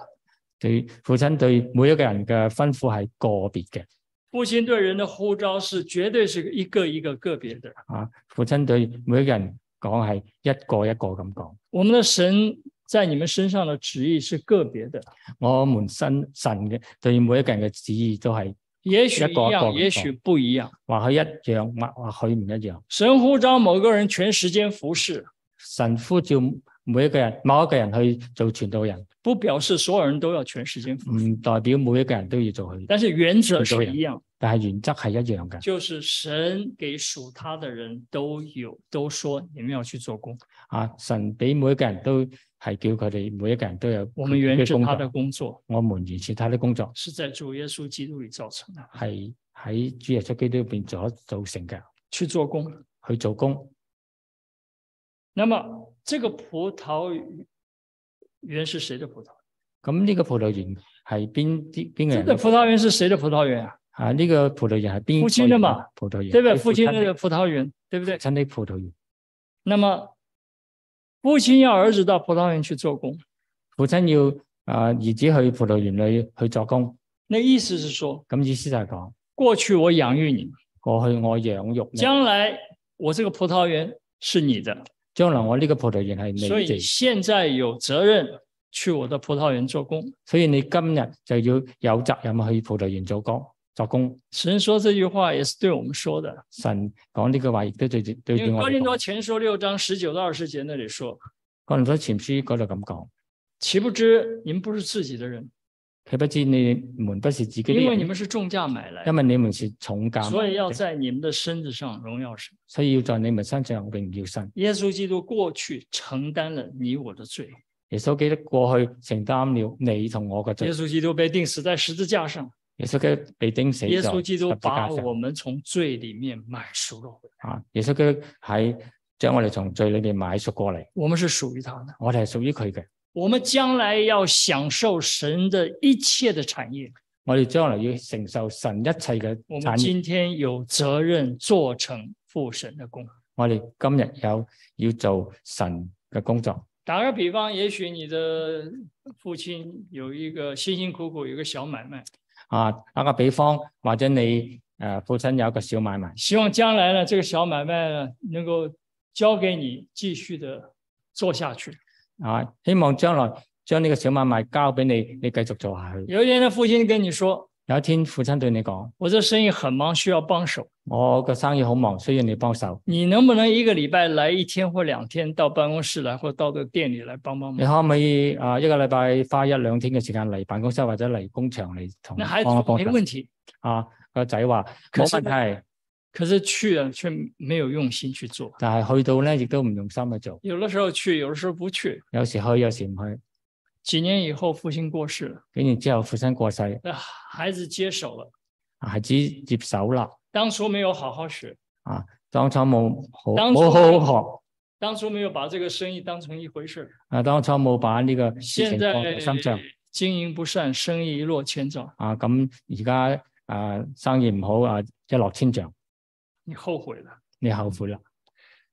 [SPEAKER 2] 對父親對每一個人嘅吩咐係個別嘅，
[SPEAKER 3] 父亲对人的呼召是绝对是一个一个个别的。
[SPEAKER 2] 啊，父親對每一個人講係一個一個咁講，
[SPEAKER 3] 我们的神在你们身上的旨意是个别的，
[SPEAKER 2] 我們身神嘅對每一個人嘅旨意都係
[SPEAKER 3] 也许
[SPEAKER 2] 一个
[SPEAKER 3] 一
[SPEAKER 2] 一个
[SPEAKER 3] 样，
[SPEAKER 2] 的
[SPEAKER 3] 也许不一样。
[SPEAKER 2] 或許一樣，或或許唔一樣。
[SPEAKER 3] 神呼召某个人全时间服侍，
[SPEAKER 2] 神呼召每一個人，某一個人去做傳道人，
[SPEAKER 3] 不表示所有人都要全时间服侍，
[SPEAKER 2] 唔代表每一個人都要做佢，
[SPEAKER 3] 但是原则是一样，
[SPEAKER 2] 但係原則係一樣嘅。
[SPEAKER 3] 就是神给属他的人都有都说你们要去做工，
[SPEAKER 2] 啊！神俾每一個人都係叫佢哋每一個人都有
[SPEAKER 3] 我们原
[SPEAKER 2] 嘅嗯
[SPEAKER 3] 是
[SPEAKER 2] 工
[SPEAKER 3] 他的
[SPEAKER 2] 作，
[SPEAKER 3] 工作，
[SPEAKER 2] 我們完成他的工作
[SPEAKER 3] 是在主耶稣基督里造成的，
[SPEAKER 2] 係喺主耶穌基督入邊所造成嘅，
[SPEAKER 3] 去做工。
[SPEAKER 2] 去做工。
[SPEAKER 3] 那么这个葡萄园是谁的葡萄？
[SPEAKER 2] 咁呢個葡萄園係邊啲邊個
[SPEAKER 3] 这
[SPEAKER 2] 人
[SPEAKER 3] 个
[SPEAKER 2] 嘅？
[SPEAKER 3] 葡萄园是谁的葡萄园啊？
[SPEAKER 2] 啊，呢、個葡萄園係邊
[SPEAKER 3] 父親
[SPEAKER 2] 個
[SPEAKER 3] 啊
[SPEAKER 2] 人
[SPEAKER 3] 嘛？
[SPEAKER 2] 葡萄園
[SPEAKER 3] 对不对？
[SPEAKER 2] 係
[SPEAKER 3] 父亲
[SPEAKER 2] 的
[SPEAKER 3] 的葡萄园，对不对
[SPEAKER 2] 父？親的葡萄園，
[SPEAKER 3] 那么父亲要儿子到葡萄园去做工，
[SPEAKER 2] 父親要啊兒子去葡萄園裏去做工。
[SPEAKER 3] 那意思是说，
[SPEAKER 2] 咁意思就係講
[SPEAKER 3] 过去我養育你，
[SPEAKER 2] 過去我養育你，
[SPEAKER 3] 将来我这个葡萄园是你的，
[SPEAKER 2] 將來我呢個葡萄園係你
[SPEAKER 3] 所以你
[SPEAKER 2] 哋，
[SPEAKER 3] 现在有责任去我的葡萄园做工。
[SPEAKER 2] 所以你今日就要有責任去葡萄園做工。作工。
[SPEAKER 3] 神说这句话也是对我们说的，
[SPEAKER 2] 神講呢句話亦都對對
[SPEAKER 3] 因
[SPEAKER 2] 對
[SPEAKER 3] 为
[SPEAKER 2] 我
[SPEAKER 3] 哥
[SPEAKER 2] 哋
[SPEAKER 3] 林
[SPEAKER 2] 講
[SPEAKER 3] 多。前书六章十九到二十节那里说
[SPEAKER 2] 哥林多前書嗰度咁講：，：“
[SPEAKER 3] 岂不知你们不是自己的人，
[SPEAKER 2] 岂不知你們不是自己的
[SPEAKER 3] 因为
[SPEAKER 2] 人，
[SPEAKER 3] 你们是重價买来
[SPEAKER 2] 因，為你們是重價買的，
[SPEAKER 3] 所以要在你们的身子上荣耀神。
[SPEAKER 2] 所以要在你們身上榮耀神。
[SPEAKER 3] 耶稣基督过去承担了你我的罪，
[SPEAKER 2] 耶穌基督過去承擔了你同我嘅罪
[SPEAKER 3] 耶，稣基督被钉死在十字架上，
[SPEAKER 2] 耶穌基督被釘死
[SPEAKER 3] 耶
[SPEAKER 2] 在
[SPEAKER 3] 稣基督
[SPEAKER 2] 十字架
[SPEAKER 3] 把
[SPEAKER 2] 上
[SPEAKER 3] 我们从罪里面买赎了回来，
[SPEAKER 2] 啊！耶穌基督喺將我哋從罪裏面買赎過嚟，
[SPEAKER 3] 我们是属于他的。
[SPEAKER 2] 我哋係屬於佢嘅。
[SPEAKER 3] 我们将来要享受神的一切的产业，
[SPEAKER 2] 我哋將來要承受神一切嘅
[SPEAKER 3] 我们
[SPEAKER 2] 產業。
[SPEAKER 3] 今天有责任做成父神的工。
[SPEAKER 2] 我哋今日有要做神嘅工作。
[SPEAKER 3] 打个比方，也许你的父亲有一个辛辛苦苦有一个小买卖，
[SPEAKER 2] 啊，打個比方，或者你誒、呃父親有一個小買賣，
[SPEAKER 3] 希望将来呢这个小买卖呢能够交给你继续的做下去。
[SPEAKER 2] 啊，希望將來將呢個小買賣交俾你，你繼續做下去。
[SPEAKER 3] 有一天呢，父亲跟你说
[SPEAKER 2] 有一天父親對你講：，：“
[SPEAKER 3] 我这生意很忙，需要帮手，
[SPEAKER 2] 我個生意好忙，需要你幫手，
[SPEAKER 3] 你能不能一个礼拜来一天或两天到办公室来，或到这个店里来帮帮
[SPEAKER 2] 你
[SPEAKER 3] 忙？”
[SPEAKER 2] 可唔可以啊一個禮拜花一兩天嘅時間嚟辦公室或者嚟工場嚟同
[SPEAKER 3] 那孩子
[SPEAKER 2] 幫我
[SPEAKER 3] 说
[SPEAKER 2] 幫
[SPEAKER 3] 没
[SPEAKER 2] 手？
[SPEAKER 3] 问题，
[SPEAKER 2] 啊，個仔話
[SPEAKER 3] 可
[SPEAKER 2] 冇
[SPEAKER 3] 是
[SPEAKER 2] 問題，
[SPEAKER 3] 可是去了却没有用心去做。
[SPEAKER 2] 但係去到咧亦都唔用心去做，
[SPEAKER 3] 有的时候去，有的时候不去。
[SPEAKER 2] 有時去有時唔去。
[SPEAKER 3] 几年以后，父亲过世了，
[SPEAKER 2] 幾年之後父親過世，
[SPEAKER 3] 那孩子接手了。
[SPEAKER 2] 孩子接手啦，
[SPEAKER 3] 当初没有好好学，
[SPEAKER 2] 當初冇好
[SPEAKER 3] 當初
[SPEAKER 2] 冇好好學。
[SPEAKER 3] 当初没有把这个生意当成一回事儿，
[SPEAKER 2] 啊，當初冇把呢個事
[SPEAKER 3] 现
[SPEAKER 2] 情
[SPEAKER 3] 在
[SPEAKER 2] 放在心上
[SPEAKER 3] 经营不善，生意一落千丈，
[SPEAKER 2] 啊，咁而家啊生意唔好啊，一落千丈，
[SPEAKER 3] 你后悔了。
[SPEAKER 2] 你後悔啦。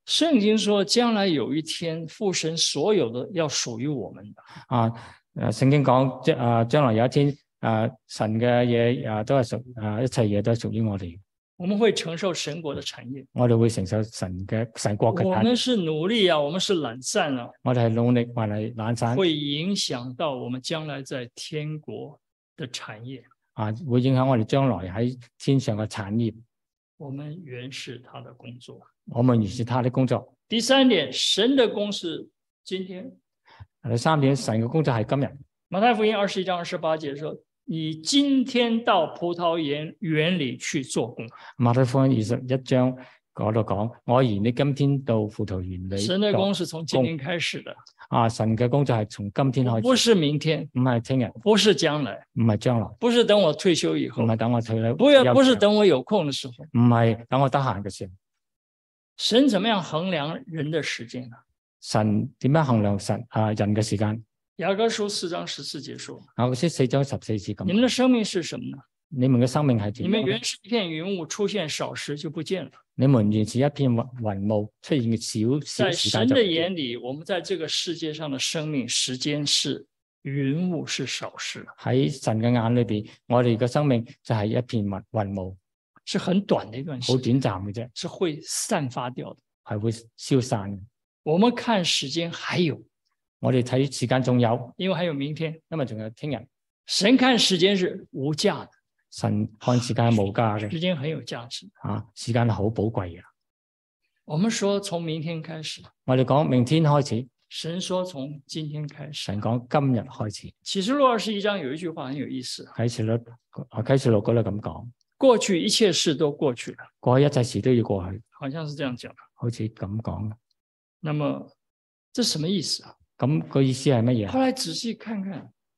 [SPEAKER 3] 圣经说，将来有一天，父神所有的要属于我们的。
[SPEAKER 2] 啊，誒聖經講即啊，將來有一天啊，神嘅嘢啊都係屬啊一切嘢都係屬於我哋，
[SPEAKER 3] 我们会承受神国的产业。
[SPEAKER 2] 我哋會承受神嘅神國嘅
[SPEAKER 3] 我
[SPEAKER 2] 產
[SPEAKER 3] 们是努力啊，我们是懒散啊，
[SPEAKER 2] 我哋係啊努力還係懶散
[SPEAKER 3] 会影响到我们将来在天国的产业。
[SPEAKER 2] 啊，會影響我哋將來喺天上嘅產業。
[SPEAKER 3] 我们原是他的工作。
[SPEAKER 2] 我們如是他的工作。
[SPEAKER 3] 第三点，神的工是今天。
[SPEAKER 2] 第三點，神嘅工作係今日。
[SPEAKER 3] 马太福音二十一章二十八节说：“你今天到葡萄园园里去做工。
[SPEAKER 2] 馬太福音二十一章嗰度講，我兒你今天到葡萄園”裏
[SPEAKER 3] 神的
[SPEAKER 2] 作
[SPEAKER 3] 工是从今天开始的，
[SPEAKER 2] 啊，神嘅工作係從今天開
[SPEAKER 3] 不
[SPEAKER 2] 始，
[SPEAKER 3] 是明天，
[SPEAKER 2] 唔係聽日，
[SPEAKER 3] 不是将来，
[SPEAKER 2] 唔係將來，
[SPEAKER 3] 不是等我退休以
[SPEAKER 2] 唔
[SPEAKER 3] 后，
[SPEAKER 2] 係等我退休，
[SPEAKER 3] 不要不是
[SPEAKER 2] 休
[SPEAKER 3] 等我有空的时候。
[SPEAKER 2] 唔係等我得閒嘅時候。
[SPEAKER 3] 神怎么样衡量人的时间呢？
[SPEAKER 2] 神點樣衡量神啊人嘅時間？
[SPEAKER 3] 雅各书四章十四节说
[SPEAKER 2] 我先四章十四節：“
[SPEAKER 3] 你们
[SPEAKER 2] 咁，
[SPEAKER 3] 的生命是什么呢？
[SPEAKER 2] 你們嘅生命係
[SPEAKER 3] 你
[SPEAKER 2] 點
[SPEAKER 3] 们
[SPEAKER 2] 樣？
[SPEAKER 3] 原是一片云雾，出现少时就不見了。”
[SPEAKER 2] 你們原是一片雲雲霧，出現嘅少少
[SPEAKER 3] 在
[SPEAKER 2] 時
[SPEAKER 3] 神
[SPEAKER 2] 間就
[SPEAKER 3] 的眼里，我们在这个世界上的生命时间是云雾，是少时，
[SPEAKER 2] 喺神嘅眼裏邊，我哋嘅生命就係一片雲雲霧，
[SPEAKER 3] 是很短的一段时
[SPEAKER 2] 好
[SPEAKER 3] 间，
[SPEAKER 2] 短暫嘅啫，
[SPEAKER 3] 是会散发掉的。
[SPEAKER 2] 係會消散嘅。
[SPEAKER 3] 我们看时间还有，
[SPEAKER 2] 我哋睇時間仲有，
[SPEAKER 3] 因为还有明天。
[SPEAKER 2] 因為仲有聽日。
[SPEAKER 3] 神看时间是无价的，
[SPEAKER 2] 神看時間係無價嘅
[SPEAKER 3] 时間很有价值。
[SPEAKER 2] 啊，時間係好寶貴嘅。
[SPEAKER 3] 我们说从明天开始，
[SPEAKER 2] 我哋講明天開始，
[SPEAKER 3] 神说从今天开始。
[SPEAKER 2] 神講今日開始。
[SPEAKER 3] 启示录二十一章有一句话很有意思：
[SPEAKER 2] 啟示錄啊，啟示錄嗰度咁講，
[SPEAKER 3] 过去一切事都过去了，
[SPEAKER 2] 過去一切事都要過去，
[SPEAKER 3] 好像是这样讲的。
[SPEAKER 2] 好似咁講。
[SPEAKER 3] 那么这什么意思啊？
[SPEAKER 2] 咁、個意思係乜嘢
[SPEAKER 3] 后来仔细看看，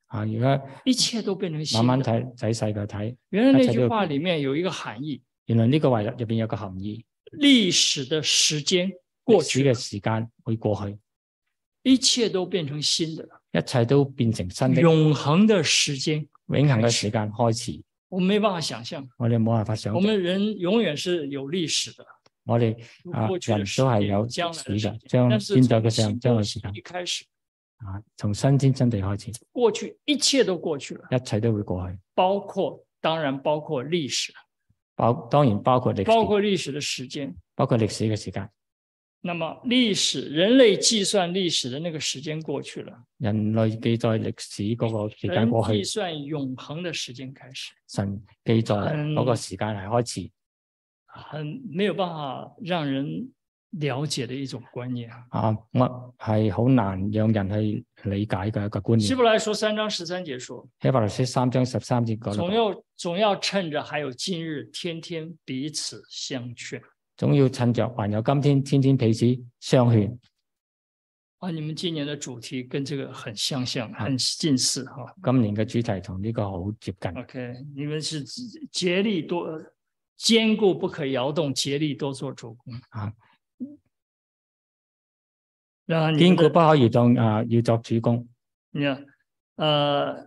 [SPEAKER 2] 啊？而家
[SPEAKER 3] 一切都变成新
[SPEAKER 2] 慢
[SPEAKER 3] 的。
[SPEAKER 2] 慢睇仔細嘅睇，
[SPEAKER 3] 原来
[SPEAKER 2] 大
[SPEAKER 3] 那
[SPEAKER 2] 家
[SPEAKER 3] 句
[SPEAKER 2] 都
[SPEAKER 3] 话里面有一个含义：
[SPEAKER 2] 原來呢個話入入邊有個含義，
[SPEAKER 3] 历史的时间过
[SPEAKER 2] 歷史
[SPEAKER 3] 去
[SPEAKER 2] 嘅
[SPEAKER 3] 了，
[SPEAKER 2] 時間會過去，
[SPEAKER 3] 一切都变成新的了，
[SPEAKER 2] 一切都變成新的，永
[SPEAKER 3] 永恒的时间，
[SPEAKER 2] 恆嘅時間開始。
[SPEAKER 3] 我们没办法想象。
[SPEAKER 2] 我哋冇辦法想
[SPEAKER 3] 我
[SPEAKER 2] 像，
[SPEAKER 3] 们人永远是有历史的，
[SPEAKER 2] 我哋
[SPEAKER 3] 有
[SPEAKER 2] 啊
[SPEAKER 3] 过去
[SPEAKER 2] 人
[SPEAKER 3] 的
[SPEAKER 2] 都
[SPEAKER 3] 时
[SPEAKER 2] 係
[SPEAKER 3] 间
[SPEAKER 2] 有
[SPEAKER 3] 将来的
[SPEAKER 2] 歷史
[SPEAKER 3] 时
[SPEAKER 2] 嘅
[SPEAKER 3] 间
[SPEAKER 2] 將
[SPEAKER 3] 但是
[SPEAKER 2] 邊
[SPEAKER 3] 从
[SPEAKER 2] 度嘅時候
[SPEAKER 3] 新
[SPEAKER 2] 將來
[SPEAKER 3] 的
[SPEAKER 2] 時間
[SPEAKER 3] 一开始，
[SPEAKER 2] 啊，從新天新地開始，
[SPEAKER 3] 过去一切都过去了，
[SPEAKER 2] 一切都會過去，
[SPEAKER 3] 包括當然包括历史，
[SPEAKER 2] 包當然包括歷
[SPEAKER 3] 包
[SPEAKER 2] 史，
[SPEAKER 3] 括历史的时间，
[SPEAKER 2] 包括歷史嘅時間。
[SPEAKER 3] 那么历史，人类计算历史的那个时间过去了，
[SPEAKER 2] 人類記載歷史嗰個時間
[SPEAKER 3] 人
[SPEAKER 2] 過
[SPEAKER 3] 计
[SPEAKER 2] 去，
[SPEAKER 3] 算永恒的时间开始，
[SPEAKER 2] 神記載
[SPEAKER 3] 嗯
[SPEAKER 2] 嗰個時間係開始，
[SPEAKER 3] 很没有办法让人了解的一种观念啊。
[SPEAKER 2] 啊，我係好難讓人去理解嘅一個觀
[SPEAKER 3] 希
[SPEAKER 2] 念。
[SPEAKER 3] 伯来说三章十三节说，
[SPEAKER 2] 希伯來書三章十三節講
[SPEAKER 3] 总
[SPEAKER 2] 到，
[SPEAKER 3] 要总要趁着还有今日，天天彼此相劝
[SPEAKER 2] 總要趁着還有今天，天天彼此相勸。
[SPEAKER 3] 啊！你们今年的主题跟这个很相像，很近似哈、
[SPEAKER 2] 今年嘅主題同呢個好接近，
[SPEAKER 3] OK，你们是竭力多坚固不可摇动，竭力多做主公
[SPEAKER 2] 啊。
[SPEAKER 3] 让你
[SPEAKER 2] 堅
[SPEAKER 3] 们
[SPEAKER 2] 固
[SPEAKER 3] 的
[SPEAKER 2] 不可移動啊，要作主公，
[SPEAKER 3] 你看，呃，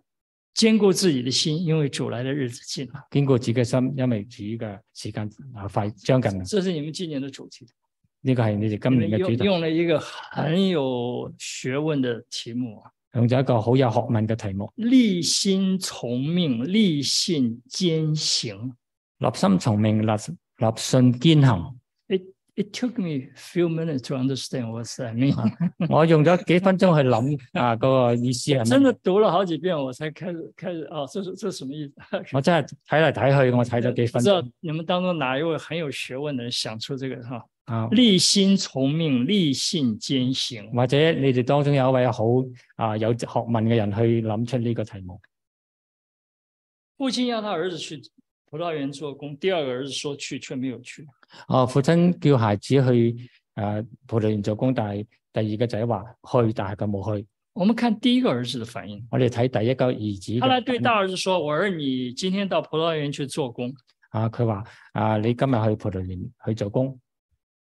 [SPEAKER 3] 坚固自己的心，因为主来的日子近了。
[SPEAKER 2] 堅固自己嘅心，因為主嘅時間啊快將近啦。
[SPEAKER 3] 这是你们今年的主题。
[SPEAKER 2] 呢個係你哋今
[SPEAKER 3] 你
[SPEAKER 2] 年嘅
[SPEAKER 3] 们用
[SPEAKER 2] 主題，
[SPEAKER 3] 用了一个很有学问的题目啊，
[SPEAKER 2] 用咗一個好有學問嘅題目。
[SPEAKER 3] 立心从命，立信坚行。
[SPEAKER 2] 立心從命，立立信堅行。
[SPEAKER 3] It it took me few minutes to understand what that means
[SPEAKER 2] 啊。我用咗幾分鐘去諗啊，嗰、個意思係
[SPEAKER 3] 真
[SPEAKER 2] 乜？
[SPEAKER 3] 的读了好几遍，我才开始开始啊，这是这是什 么意思？
[SPEAKER 2] 我真係睇嚟睇去，我睇咗幾
[SPEAKER 3] 不
[SPEAKER 2] 分
[SPEAKER 3] 知道
[SPEAKER 2] 鐘
[SPEAKER 3] 你们当中哪一位很有学问的人想出这个哈？
[SPEAKER 2] 啊。
[SPEAKER 3] 立心从命，立信坚行。
[SPEAKER 2] 或者你哋當中有一位好啊有學問嘅人去諗出呢個題目。
[SPEAKER 3] 父亲要他儿子去葡萄园做工，第二个儿子说去，却没有去。
[SPEAKER 2] 哦，父親叫孩子去啊誒葡萄園做工，但係第二個仔話去，但係佢冇去。
[SPEAKER 3] 我们看第一个儿子的反应，
[SPEAKER 2] 我哋睇第一個兒子
[SPEAKER 3] 他来对
[SPEAKER 2] 嘅
[SPEAKER 3] 大儿子说：“我儿，你今天到葡萄园去做工。
[SPEAKER 2] 啊，佢話啊，你今日去葡萄園去做工。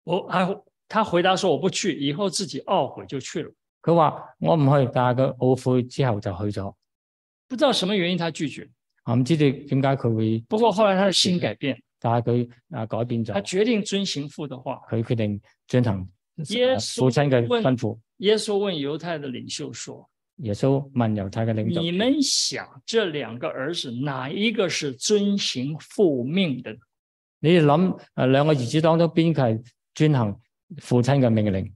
[SPEAKER 3] 我”啊，他回答说：“我不去，以后自己懊悔就去了。
[SPEAKER 2] 佢話我唔去，但係佢懊悔之後就去咗。”
[SPEAKER 3] 不知道什么原因他拒绝，
[SPEAKER 2] 我唔知道點解佢會。
[SPEAKER 3] 不过后来他的心改变，
[SPEAKER 2] 但係佢啊改變
[SPEAKER 3] 他
[SPEAKER 2] 咗，
[SPEAKER 3] 决定遵行父的话。
[SPEAKER 2] 佢決定進行
[SPEAKER 3] 耶
[SPEAKER 2] 啊
[SPEAKER 3] 穌
[SPEAKER 2] 父親嘅
[SPEAKER 3] 問
[SPEAKER 2] 吩咐。
[SPEAKER 3] 耶穌问犹太的领袖说
[SPEAKER 2] 耶穌問猶太嘅：“領
[SPEAKER 3] 你
[SPEAKER 2] 袖：
[SPEAKER 3] 们想这两个儿子哪一个是遵行父命的呢
[SPEAKER 2] 你哋諗啊兩個兒子當中邊個係專行父親嘅命令？？”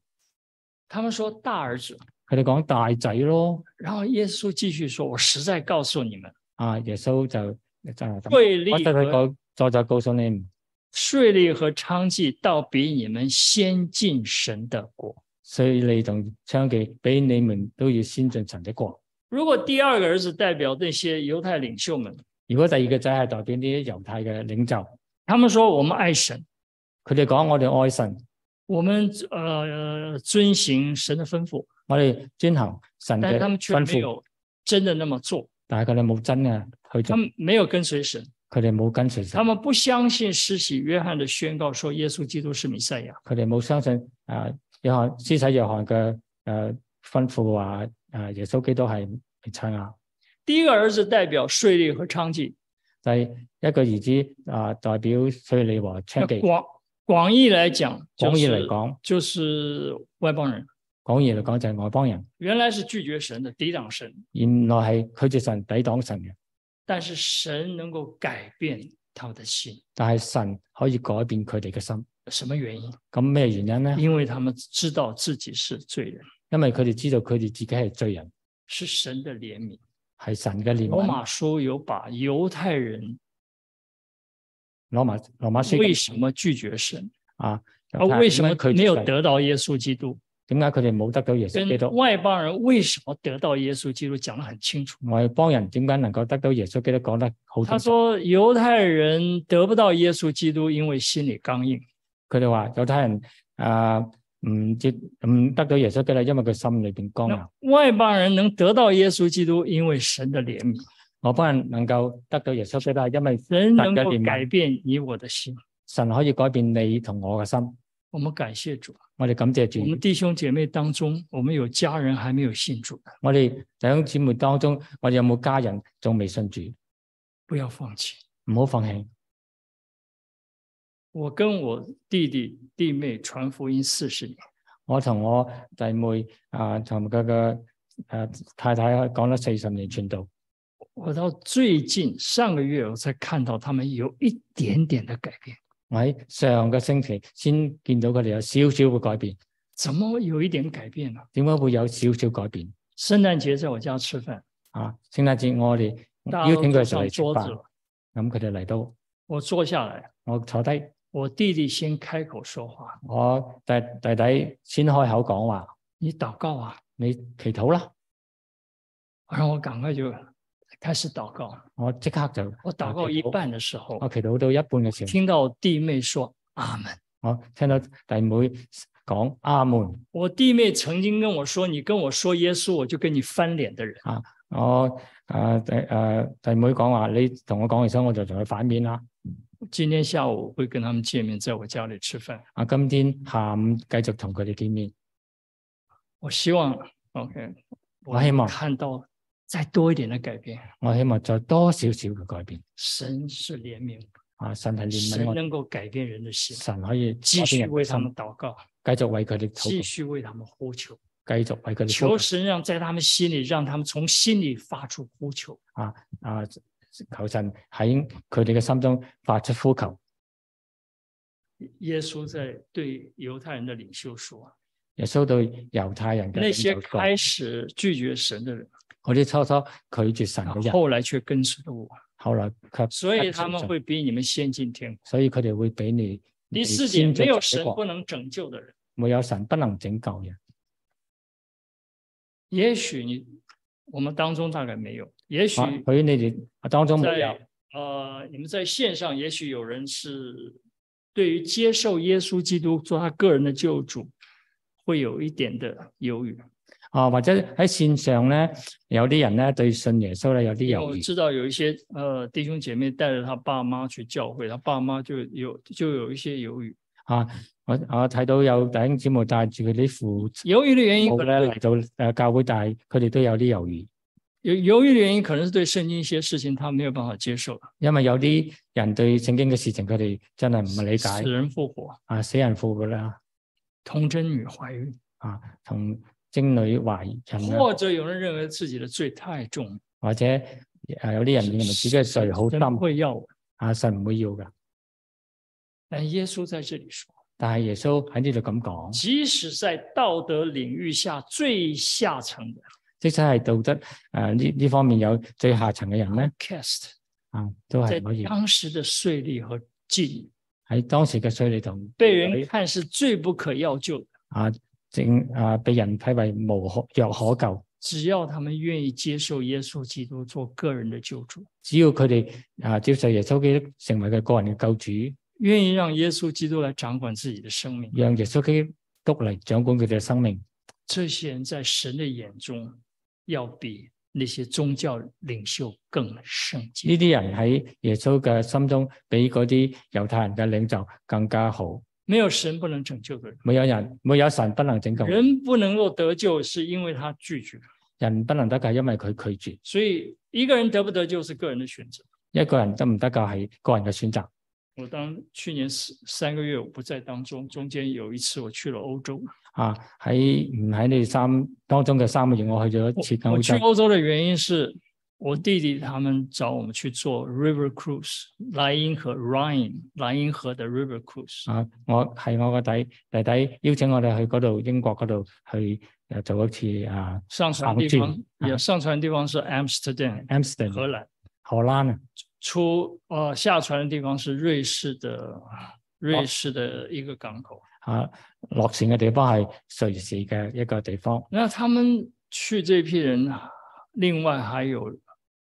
[SPEAKER 3] 他们说：“大儿子。”
[SPEAKER 2] 佢哋講大仔咯。
[SPEAKER 3] 然后耶稣继续说：“我实在告诉你们，
[SPEAKER 2] 啊，耶穌就就係咁。
[SPEAKER 3] 税
[SPEAKER 2] 我
[SPEAKER 3] 吏
[SPEAKER 2] 就佢
[SPEAKER 3] 和
[SPEAKER 2] 講，再再告訴你，
[SPEAKER 3] 税吏和娼妓倒比你们先进神的国。
[SPEAKER 2] 所以你同娼妓比你們都要先進神的國。
[SPEAKER 3] 如果第二个儿子代表那些猶太领袖们，
[SPEAKER 2] 如果第二個仔係代表呢啲猶太嘅領袖，
[SPEAKER 3] 他们说我们爱神，
[SPEAKER 2] 佢哋講我哋愛神，
[SPEAKER 3] 我們呃遵行神的吩咐，
[SPEAKER 2] 我哋遵行神
[SPEAKER 3] 但
[SPEAKER 2] 嘅
[SPEAKER 3] 是他们却
[SPEAKER 2] 吩
[SPEAKER 3] 没
[SPEAKER 2] 咐，
[SPEAKER 3] 有真的那么做，
[SPEAKER 2] 但係佢哋冇真嘅去
[SPEAKER 3] 他
[SPEAKER 2] 做，
[SPEAKER 3] 们没有跟随神，
[SPEAKER 2] 佢哋冇跟隨神
[SPEAKER 3] 他。们不相信施洗约翰的宣告说耶稣基督是弥赛亚，
[SPEAKER 2] 佢哋冇相信啊，約翰施洗約翰嘅誒吩咐話啊，耶穌基督係彌賽亞。
[SPEAKER 3] 第一个儿子代表税吏和娼妓，
[SPEAKER 2] 第一個兒子啊，代表稅吏和娼
[SPEAKER 3] 那
[SPEAKER 2] 妓。
[SPEAKER 3] 广广义来讲，
[SPEAKER 2] 廣
[SPEAKER 3] 就
[SPEAKER 2] 義嚟
[SPEAKER 3] 是
[SPEAKER 2] 講，
[SPEAKER 3] 就是外邦人，
[SPEAKER 2] 廣義嚟講就係外邦人，
[SPEAKER 3] 原來是拒絕神的，抵擋神，
[SPEAKER 2] 原來係拒絕神、抵擋神嘅。
[SPEAKER 3] 但是神能夠改變他們的心，
[SPEAKER 2] 但係神可以改變佢哋嘅心。
[SPEAKER 3] 什么原因？
[SPEAKER 2] 咁咩原因咧？
[SPEAKER 3] 因為他們知道自己是罪人，
[SPEAKER 2] 因為佢哋知道佢哋自己係罪人，
[SPEAKER 3] 是神的憐憫。
[SPEAKER 2] 係神嘅憐
[SPEAKER 3] 羅
[SPEAKER 2] 憫。
[SPEAKER 3] 馬書有把猶太人
[SPEAKER 2] 羅馬羅馬書
[SPEAKER 3] 為什麼拒絕神，
[SPEAKER 2] 啊，
[SPEAKER 3] 啊為什麼
[SPEAKER 2] 佢
[SPEAKER 3] 沒有
[SPEAKER 2] 哋
[SPEAKER 3] 得到耶穌基督，
[SPEAKER 2] 點解佢哋冇得到耶穌基
[SPEAKER 3] 跟
[SPEAKER 2] 督？
[SPEAKER 3] 外邦人為什麼得到耶穌基督講得很清楚。
[SPEAKER 2] 外邦人點解能夠得到耶穌基督講得好
[SPEAKER 3] 他
[SPEAKER 2] 清楚？
[SPEAKER 3] 說猶太人得不到耶穌基督，因為心里剛硬。
[SPEAKER 2] 佢哋話猶太人啊唔接唔得到耶穌基督，因為佢心裏邊剛硬
[SPEAKER 3] 那。外邦人能得到耶穌基督，因為神的憐憫。
[SPEAKER 2] 我幫人能夠得到耶穌基督，係因為
[SPEAKER 3] 人能
[SPEAKER 2] 大家
[SPEAKER 3] 够
[SPEAKER 2] 明白
[SPEAKER 3] 改變你我的心。
[SPEAKER 2] 神可以改變你同我嘅心。
[SPEAKER 3] 我们感谢主，
[SPEAKER 2] 我哋感謝
[SPEAKER 3] 我们
[SPEAKER 2] 主，
[SPEAKER 3] 弟兄姐妹当中，我们有家人还没有信主的，
[SPEAKER 2] 我哋弟兄姊妹當中，我哋有冇家人仲未信主？
[SPEAKER 3] 不要放弃。
[SPEAKER 2] 唔好放棄。
[SPEAKER 3] 我跟我弟弟弟妹传福音四十年，
[SPEAKER 2] 我同我弟妹啊，同佢嘅诶太太講咗四十年傳道。
[SPEAKER 3] 我到最近上个月我才看到他们有一点点的改变。
[SPEAKER 2] 我喺上個星期先見到佢哋有少少嘅改變，
[SPEAKER 3] 怎么有一点改变呢、
[SPEAKER 2] 點解會有少少改變
[SPEAKER 3] 圣诞节在我家吃饭，
[SPEAKER 2] 啊？聖誕節我哋
[SPEAKER 3] 大家
[SPEAKER 2] 邀
[SPEAKER 3] 都
[SPEAKER 2] 請佢哋
[SPEAKER 3] 坐
[SPEAKER 2] 嚟
[SPEAKER 3] 上
[SPEAKER 2] 食
[SPEAKER 3] 桌子
[SPEAKER 2] 飯，
[SPEAKER 3] 了，
[SPEAKER 2] 咁佢哋嚟到，
[SPEAKER 3] 我坐下来，
[SPEAKER 2] 我坐低，
[SPEAKER 3] 我弟弟先开口说话
[SPEAKER 2] 我弟弟弟先開口講話：：“
[SPEAKER 3] 你祷告啊
[SPEAKER 2] 你祈禱啦！”
[SPEAKER 3] 然后我赶快就开始祷告。
[SPEAKER 2] 我即刻就
[SPEAKER 3] 我祷告一，半的时候
[SPEAKER 2] 我，祈禱到一半嘅時候，
[SPEAKER 3] 听到我弟妹说阿门。
[SPEAKER 2] 我聽到弟妹講阿門。
[SPEAKER 3] 我弟妹曾经跟我说：“你跟我说耶稣，我就跟你翻脸的人。
[SPEAKER 2] 我啊弟啊弟妹講話，你同我講完之後，我就同佢反面啦。”
[SPEAKER 3] 今天下午我会跟他们见面，在我家里吃饭。
[SPEAKER 2] 啊，今天下午繼續同佢哋見面。
[SPEAKER 3] 我希望，OK，
[SPEAKER 2] 我希望
[SPEAKER 3] 看到再多一点的改变。
[SPEAKER 2] 我希望再多少少嘅改變
[SPEAKER 3] 神是怜悯，
[SPEAKER 2] 啊，神係憐憫
[SPEAKER 3] 神
[SPEAKER 2] 我，
[SPEAKER 3] 能够改变人的心，
[SPEAKER 2] 神可以
[SPEAKER 3] 继
[SPEAKER 2] 改變
[SPEAKER 3] 续
[SPEAKER 2] 人
[SPEAKER 3] 为他
[SPEAKER 2] 心
[SPEAKER 3] 们祷告，
[SPEAKER 2] 繼續為佢哋禱
[SPEAKER 3] 继
[SPEAKER 2] 告，
[SPEAKER 3] 续为他们呼求，
[SPEAKER 2] 繼續為佢哋
[SPEAKER 3] 求
[SPEAKER 2] 禱
[SPEAKER 3] 神让在他们心里，让他们从心里发出呼求。
[SPEAKER 2] 告啊！求神喺佢哋嘅心中發出呼求。
[SPEAKER 3] 耶穌在对犹太人的领袖说。
[SPEAKER 2] 耶穌對猶太人嘅
[SPEAKER 3] 那
[SPEAKER 2] 領
[SPEAKER 3] 些
[SPEAKER 2] 袖講
[SPEAKER 3] 开始拒绝神的人，
[SPEAKER 2] 嗰啲初初拒絕神嘅人，
[SPEAKER 3] 后来却跟随了我，
[SPEAKER 2] 後來卻
[SPEAKER 3] 哦所以
[SPEAKER 2] 跟隨
[SPEAKER 3] 他们
[SPEAKER 2] 神
[SPEAKER 3] 会比你们先进天国。
[SPEAKER 2] 所以佢哋會俾你
[SPEAKER 3] 第
[SPEAKER 2] 你
[SPEAKER 3] 四节，
[SPEAKER 2] 先
[SPEAKER 3] 没有
[SPEAKER 2] 進
[SPEAKER 3] 神
[SPEAKER 2] 這國
[SPEAKER 3] 不能拯救的人，
[SPEAKER 2] 没有神不能拯救人。
[SPEAKER 3] 也许你我们当中大概没有，也许
[SPEAKER 2] 或许啊你哋當中沒有
[SPEAKER 3] 在呃你们在线上，也许有人是对于接受耶稣基督做他个人的救主，会有一点的犹豫。
[SPEAKER 2] 啊，或者喺線上咧，有啲人咧對信耶穌咧有啲
[SPEAKER 3] 因为
[SPEAKER 2] 猶
[SPEAKER 3] 我
[SPEAKER 2] 豫。
[SPEAKER 3] 知道有一些呃弟兄姐妹带着他爸妈去教会，他爸妈就有就有一些犹豫，
[SPEAKER 2] 啊，我我睇到有弟兄姊妹帶住佢啲父
[SPEAKER 3] 犹豫的原因
[SPEAKER 2] 母
[SPEAKER 3] 可能
[SPEAKER 2] 咧
[SPEAKER 3] 会
[SPEAKER 2] 嚟到诶教會，但係佢哋都有啲猶豫，
[SPEAKER 3] 由由于的原因，可能是对圣经一些事情他没有办法接受，
[SPEAKER 2] 因為有
[SPEAKER 3] 嗯
[SPEAKER 2] 啲人對聖經嘅事情佢哋真係唔理
[SPEAKER 3] 死
[SPEAKER 2] 解
[SPEAKER 3] 人复活、
[SPEAKER 2] 啊，死人父嘅啦
[SPEAKER 3] 童贞女怀孕，
[SPEAKER 2] 啊，同精女懷孕啦，
[SPEAKER 3] 或者有人认为自己的罪太重，
[SPEAKER 2] 或者诶有啲人認為自己嘅罪好
[SPEAKER 3] 神
[SPEAKER 2] 深
[SPEAKER 3] 会要我。
[SPEAKER 2] 啊，神唔會要噶。
[SPEAKER 3] 但耶稣在这里说，
[SPEAKER 2] 但係耶穌喺呢度咁講。
[SPEAKER 3] 即使在道德领域下最下层的
[SPEAKER 2] 即使係道德诶呢呢方面有最下層嘅人咧，
[SPEAKER 3] cast，
[SPEAKER 2] 啊，都
[SPEAKER 3] 在
[SPEAKER 2] 係可以
[SPEAKER 3] 当时的税吏和妓女，
[SPEAKER 2] 喺當時嘅税理同
[SPEAKER 3] 被人看是最不可要救的。
[SPEAKER 2] 啊正啊被人批為無可藥可救。
[SPEAKER 3] 只要他们愿意接受耶稣基督做个人的救主，
[SPEAKER 2] 只要佢哋啊接受耶穌基督成為佢個人嘅救主，
[SPEAKER 3] 愿意让耶稣基督来掌管自己的生命，
[SPEAKER 2] 讓耶穌基督嚟掌管佢哋嘅生命，
[SPEAKER 3] 这些人在神的眼中，要比那些宗教领袖更圣洁
[SPEAKER 2] 呢。啲人喺耶穌嘅心中比嗰啲猶太人嘅領袖更加好。
[SPEAKER 3] 没有神不能拯救的人，
[SPEAKER 2] 沒有人沒有神不能拯救，
[SPEAKER 3] 人不能够得救，是因为他拒绝。
[SPEAKER 2] 人不能得救，因為佢拒絕。
[SPEAKER 3] 所以一个人得不得救是个人的选择。
[SPEAKER 2] 一個人得唔得救係個人嘅選擇。
[SPEAKER 3] 我当去年三三个月我不在当中，中间有一次我去了欧洲，
[SPEAKER 2] 啊！喺唔喺你哋三當中嘅三個月，我去咗一次
[SPEAKER 3] 我我
[SPEAKER 2] 歐
[SPEAKER 3] 去
[SPEAKER 2] 洲。
[SPEAKER 3] 欧洲的原因是我弟弟他们找我们去做 river cruise 莱茵河 Rhine 莱茵河的 river cruise。
[SPEAKER 2] 啊！我係我個弟弟弟邀請我哋去嗰度英國嗰度去誒做一次啊
[SPEAKER 3] 上船地方也上船地方是 Amsterdam，荷
[SPEAKER 2] Amsterdam
[SPEAKER 3] 兰。
[SPEAKER 2] 荷蘭啊！
[SPEAKER 3] 出呃下船的地方是瑞士的瑞士的一个港口。
[SPEAKER 2] 啊落船嘅地方係瑞士嘅一個地方。
[SPEAKER 3] 那他们去这批人，啊另外还有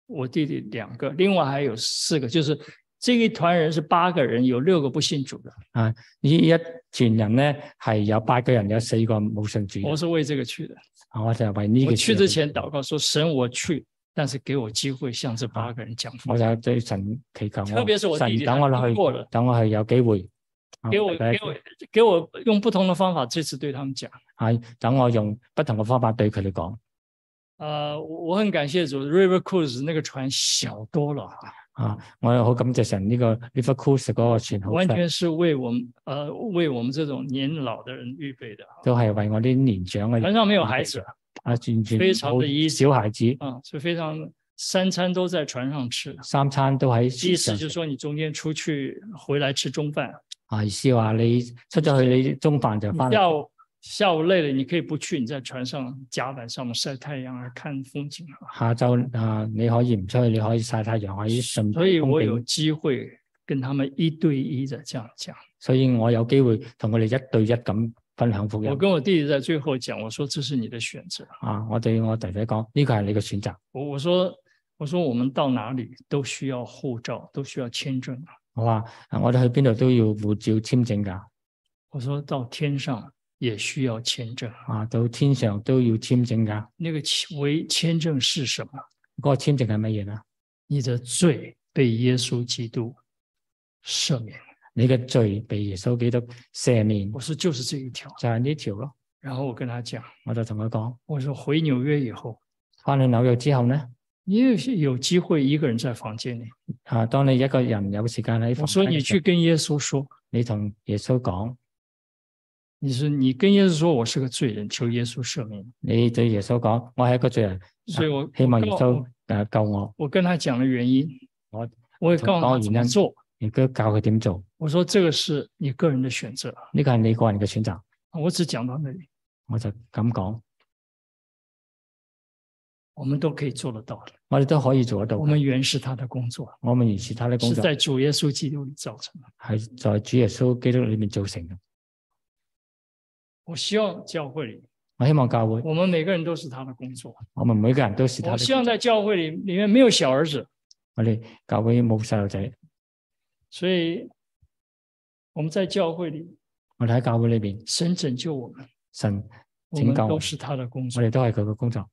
[SPEAKER 3] 我弟弟两个，另外还有四个，就是这一团人是八个人，有六个不信主的。
[SPEAKER 2] 呢一團人咧係有八個人，有四個冇信主。
[SPEAKER 3] 我是为这个去的。
[SPEAKER 2] 啊我就係為呢
[SPEAKER 3] 我
[SPEAKER 2] 個
[SPEAKER 3] 去
[SPEAKER 2] 事
[SPEAKER 3] 之前祷告说：“神，我去，但是给我机会向这八个人讲话
[SPEAKER 2] 我，就對神祈求
[SPEAKER 3] 特別是我
[SPEAKER 2] 我
[SPEAKER 3] 弟
[SPEAKER 2] 神
[SPEAKER 3] 弟
[SPEAKER 2] 等我
[SPEAKER 3] 他過
[SPEAKER 2] 去
[SPEAKER 3] 了，
[SPEAKER 2] 等我去有機會。啊
[SPEAKER 3] 给我
[SPEAKER 2] 大家
[SPEAKER 3] 给我给我用不同的方法，这次对他们讲。”
[SPEAKER 2] 係啊等我用不同嘅方法對佢哋講。
[SPEAKER 3] 呃，我我很感谢主，River Cruise 那个船小多了啊，
[SPEAKER 2] 啊！我又好感謝神呢個 River Cruise 嗰個船好
[SPEAKER 3] 完
[SPEAKER 2] 細，
[SPEAKER 3] 全是为我们呃为我们这种年老的人预备的啊。
[SPEAKER 2] 都係為我啲年長嘅
[SPEAKER 3] 船
[SPEAKER 2] 人
[SPEAKER 3] 上没有孩子
[SPEAKER 2] 啊，完全
[SPEAKER 3] 非常
[SPEAKER 2] 冇
[SPEAKER 3] 的依
[SPEAKER 2] 小孩子，
[SPEAKER 3] 啊，是非常三餐都在船上吃，
[SPEAKER 2] 三餐都喺船
[SPEAKER 3] 意思
[SPEAKER 2] 上
[SPEAKER 3] 就是
[SPEAKER 2] 食
[SPEAKER 3] 说你中间出去回来吃中饭，
[SPEAKER 2] 啊，意思話你出咗去，你中飯就翻
[SPEAKER 3] 下
[SPEAKER 2] 嚟。
[SPEAKER 3] 午下午累了，你可以不去，你在船上甲板上面晒太阳啊，看风景啊。
[SPEAKER 2] 下晝啊，你可以唔出去，你可以曬太陽，可以順
[SPEAKER 3] 所以我有
[SPEAKER 2] 風景
[SPEAKER 3] 机会跟他们一对一的这样讲。
[SPEAKER 2] 所以我有機會同佢哋一對一咁分享福音
[SPEAKER 3] 我。跟我弟弟在最后講，我说这是你的選擇。
[SPEAKER 2] 啊，我對我弟弟講，呢個係你嘅選擇。
[SPEAKER 3] 我我说我说我们到哪里都需要护照，都需要签证啊
[SPEAKER 2] 我話啊我哋去邊度都要護照簽證㗎，
[SPEAKER 3] 我说到天上也需要签证啊。
[SPEAKER 2] 啊，到天上都要簽證㗎。嗰、
[SPEAKER 3] 那个签为签证是什么？
[SPEAKER 2] 個簽證係乜嘢啊呢？
[SPEAKER 3] 你的罪被耶稣基督赦免。
[SPEAKER 2] 你嘅罪被耶穌基督赦免
[SPEAKER 3] 我，说就是这一条。
[SPEAKER 2] 就係呢條咯。
[SPEAKER 3] 然后我跟他讲，
[SPEAKER 2] 我就同佢講，
[SPEAKER 3] 我说回纽约以后，
[SPEAKER 2] 翻去紐約之後呢，
[SPEAKER 3] 你也是有机会一个人在房间里。
[SPEAKER 2] 啊，當你一個人有時間喺
[SPEAKER 3] 我
[SPEAKER 2] 房
[SPEAKER 3] 说
[SPEAKER 2] 間嘅
[SPEAKER 3] 你
[SPEAKER 2] 時候
[SPEAKER 3] 去跟耶稣说，
[SPEAKER 2] 你同耶穌講，
[SPEAKER 3] 你说你跟耶稣说我是个罪人，求耶稣赦免。
[SPEAKER 2] 你對耶穌講，我係一個罪人，
[SPEAKER 3] 所以我
[SPEAKER 2] 啊希望
[SPEAKER 3] 我
[SPEAKER 2] 耶
[SPEAKER 3] 告
[SPEAKER 2] 穌誒救我，
[SPEAKER 3] 我跟他讲了原因，
[SPEAKER 2] 我
[SPEAKER 3] 我也告诉他怎么做。
[SPEAKER 2] 亦都教佢點做。
[SPEAKER 3] 我说这个是你个人的选择，
[SPEAKER 2] 呢個係你個人嘅選擇，
[SPEAKER 3] 我只讲到那里，
[SPEAKER 2] 我就咁講，
[SPEAKER 3] 我们都可以做得到的。
[SPEAKER 2] 我哋都可以做得到
[SPEAKER 3] 我。们原是他的工作，
[SPEAKER 2] 我們如是他的工
[SPEAKER 3] 是
[SPEAKER 2] 作
[SPEAKER 3] 在主耶稣基督里造成的。
[SPEAKER 2] 係在主耶穌基督裏面造成嘅。
[SPEAKER 3] 我希望教会里，
[SPEAKER 2] 我希望教會，
[SPEAKER 3] 我们每个人都是他的工作。
[SPEAKER 2] 我們每個人都是他
[SPEAKER 3] 我
[SPEAKER 2] 的
[SPEAKER 3] 希
[SPEAKER 2] 工
[SPEAKER 3] 望
[SPEAKER 2] 作。
[SPEAKER 3] 在教会里里面没有小儿子，
[SPEAKER 2] 我哋教會冇細路仔，
[SPEAKER 3] 所以我们在教会里，
[SPEAKER 2] 我哋喺教會裏面，
[SPEAKER 3] 神拯救我们，
[SPEAKER 2] 神
[SPEAKER 3] 我们
[SPEAKER 2] 拯救我
[SPEAKER 3] 都
[SPEAKER 2] 們，
[SPEAKER 3] 是他的工
[SPEAKER 2] 我
[SPEAKER 3] 作。
[SPEAKER 2] 哋都係佢嘅工作。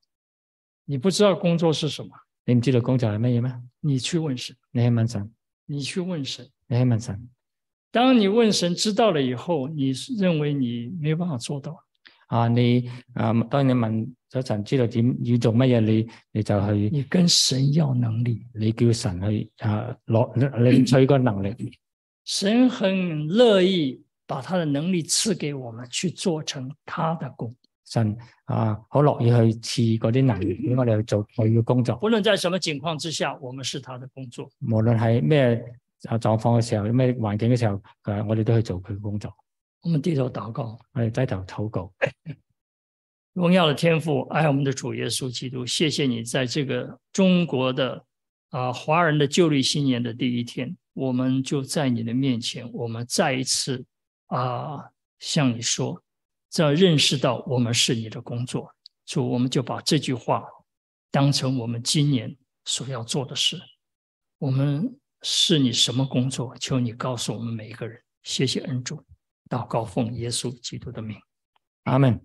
[SPEAKER 3] 你不知道工作是什么，
[SPEAKER 2] 你唔知道工作係乜嘢咩？
[SPEAKER 3] 你去问神，
[SPEAKER 2] 你去問神，
[SPEAKER 3] 你去问神。
[SPEAKER 2] 你去問神。
[SPEAKER 3] 当你问神知道了以后，你认为你没办法做到，
[SPEAKER 2] 啊，你啊，當你問咗神知道點要做乜嘢，你你就去，
[SPEAKER 3] 你跟神要能力。
[SPEAKER 2] 你叫神去啊攞你取個能力。
[SPEAKER 3] 神很乐意把他的能力赐给我们，去做成他的工。
[SPEAKER 2] 神啊，好樂意去賜嗰啲能力俾我哋去做佢嘅工作。
[SPEAKER 3] 不论在什么情况之下，我们是他的工作。
[SPEAKER 2] 無論係咩啊狀況嘅時候，咩環境嘅時候，誒我哋都去做佢嘅工作。
[SPEAKER 3] 我们低头祷告，
[SPEAKER 2] 我哋低頭禱告，
[SPEAKER 3] 荣耀的天父，爱我们的主耶稣基督，谢谢你在这个中国的啊华人的旧历新年的第一天，我们就在你的面前，我们再一次啊向你说，这认识到我们是你的工作，主，我们就把这句话当成我们今年所要做的事。我们是你什么工作？求你告诉我们每一个人。谢谢恩主，祷告奉耶稣基督的名。
[SPEAKER 2] 阿門。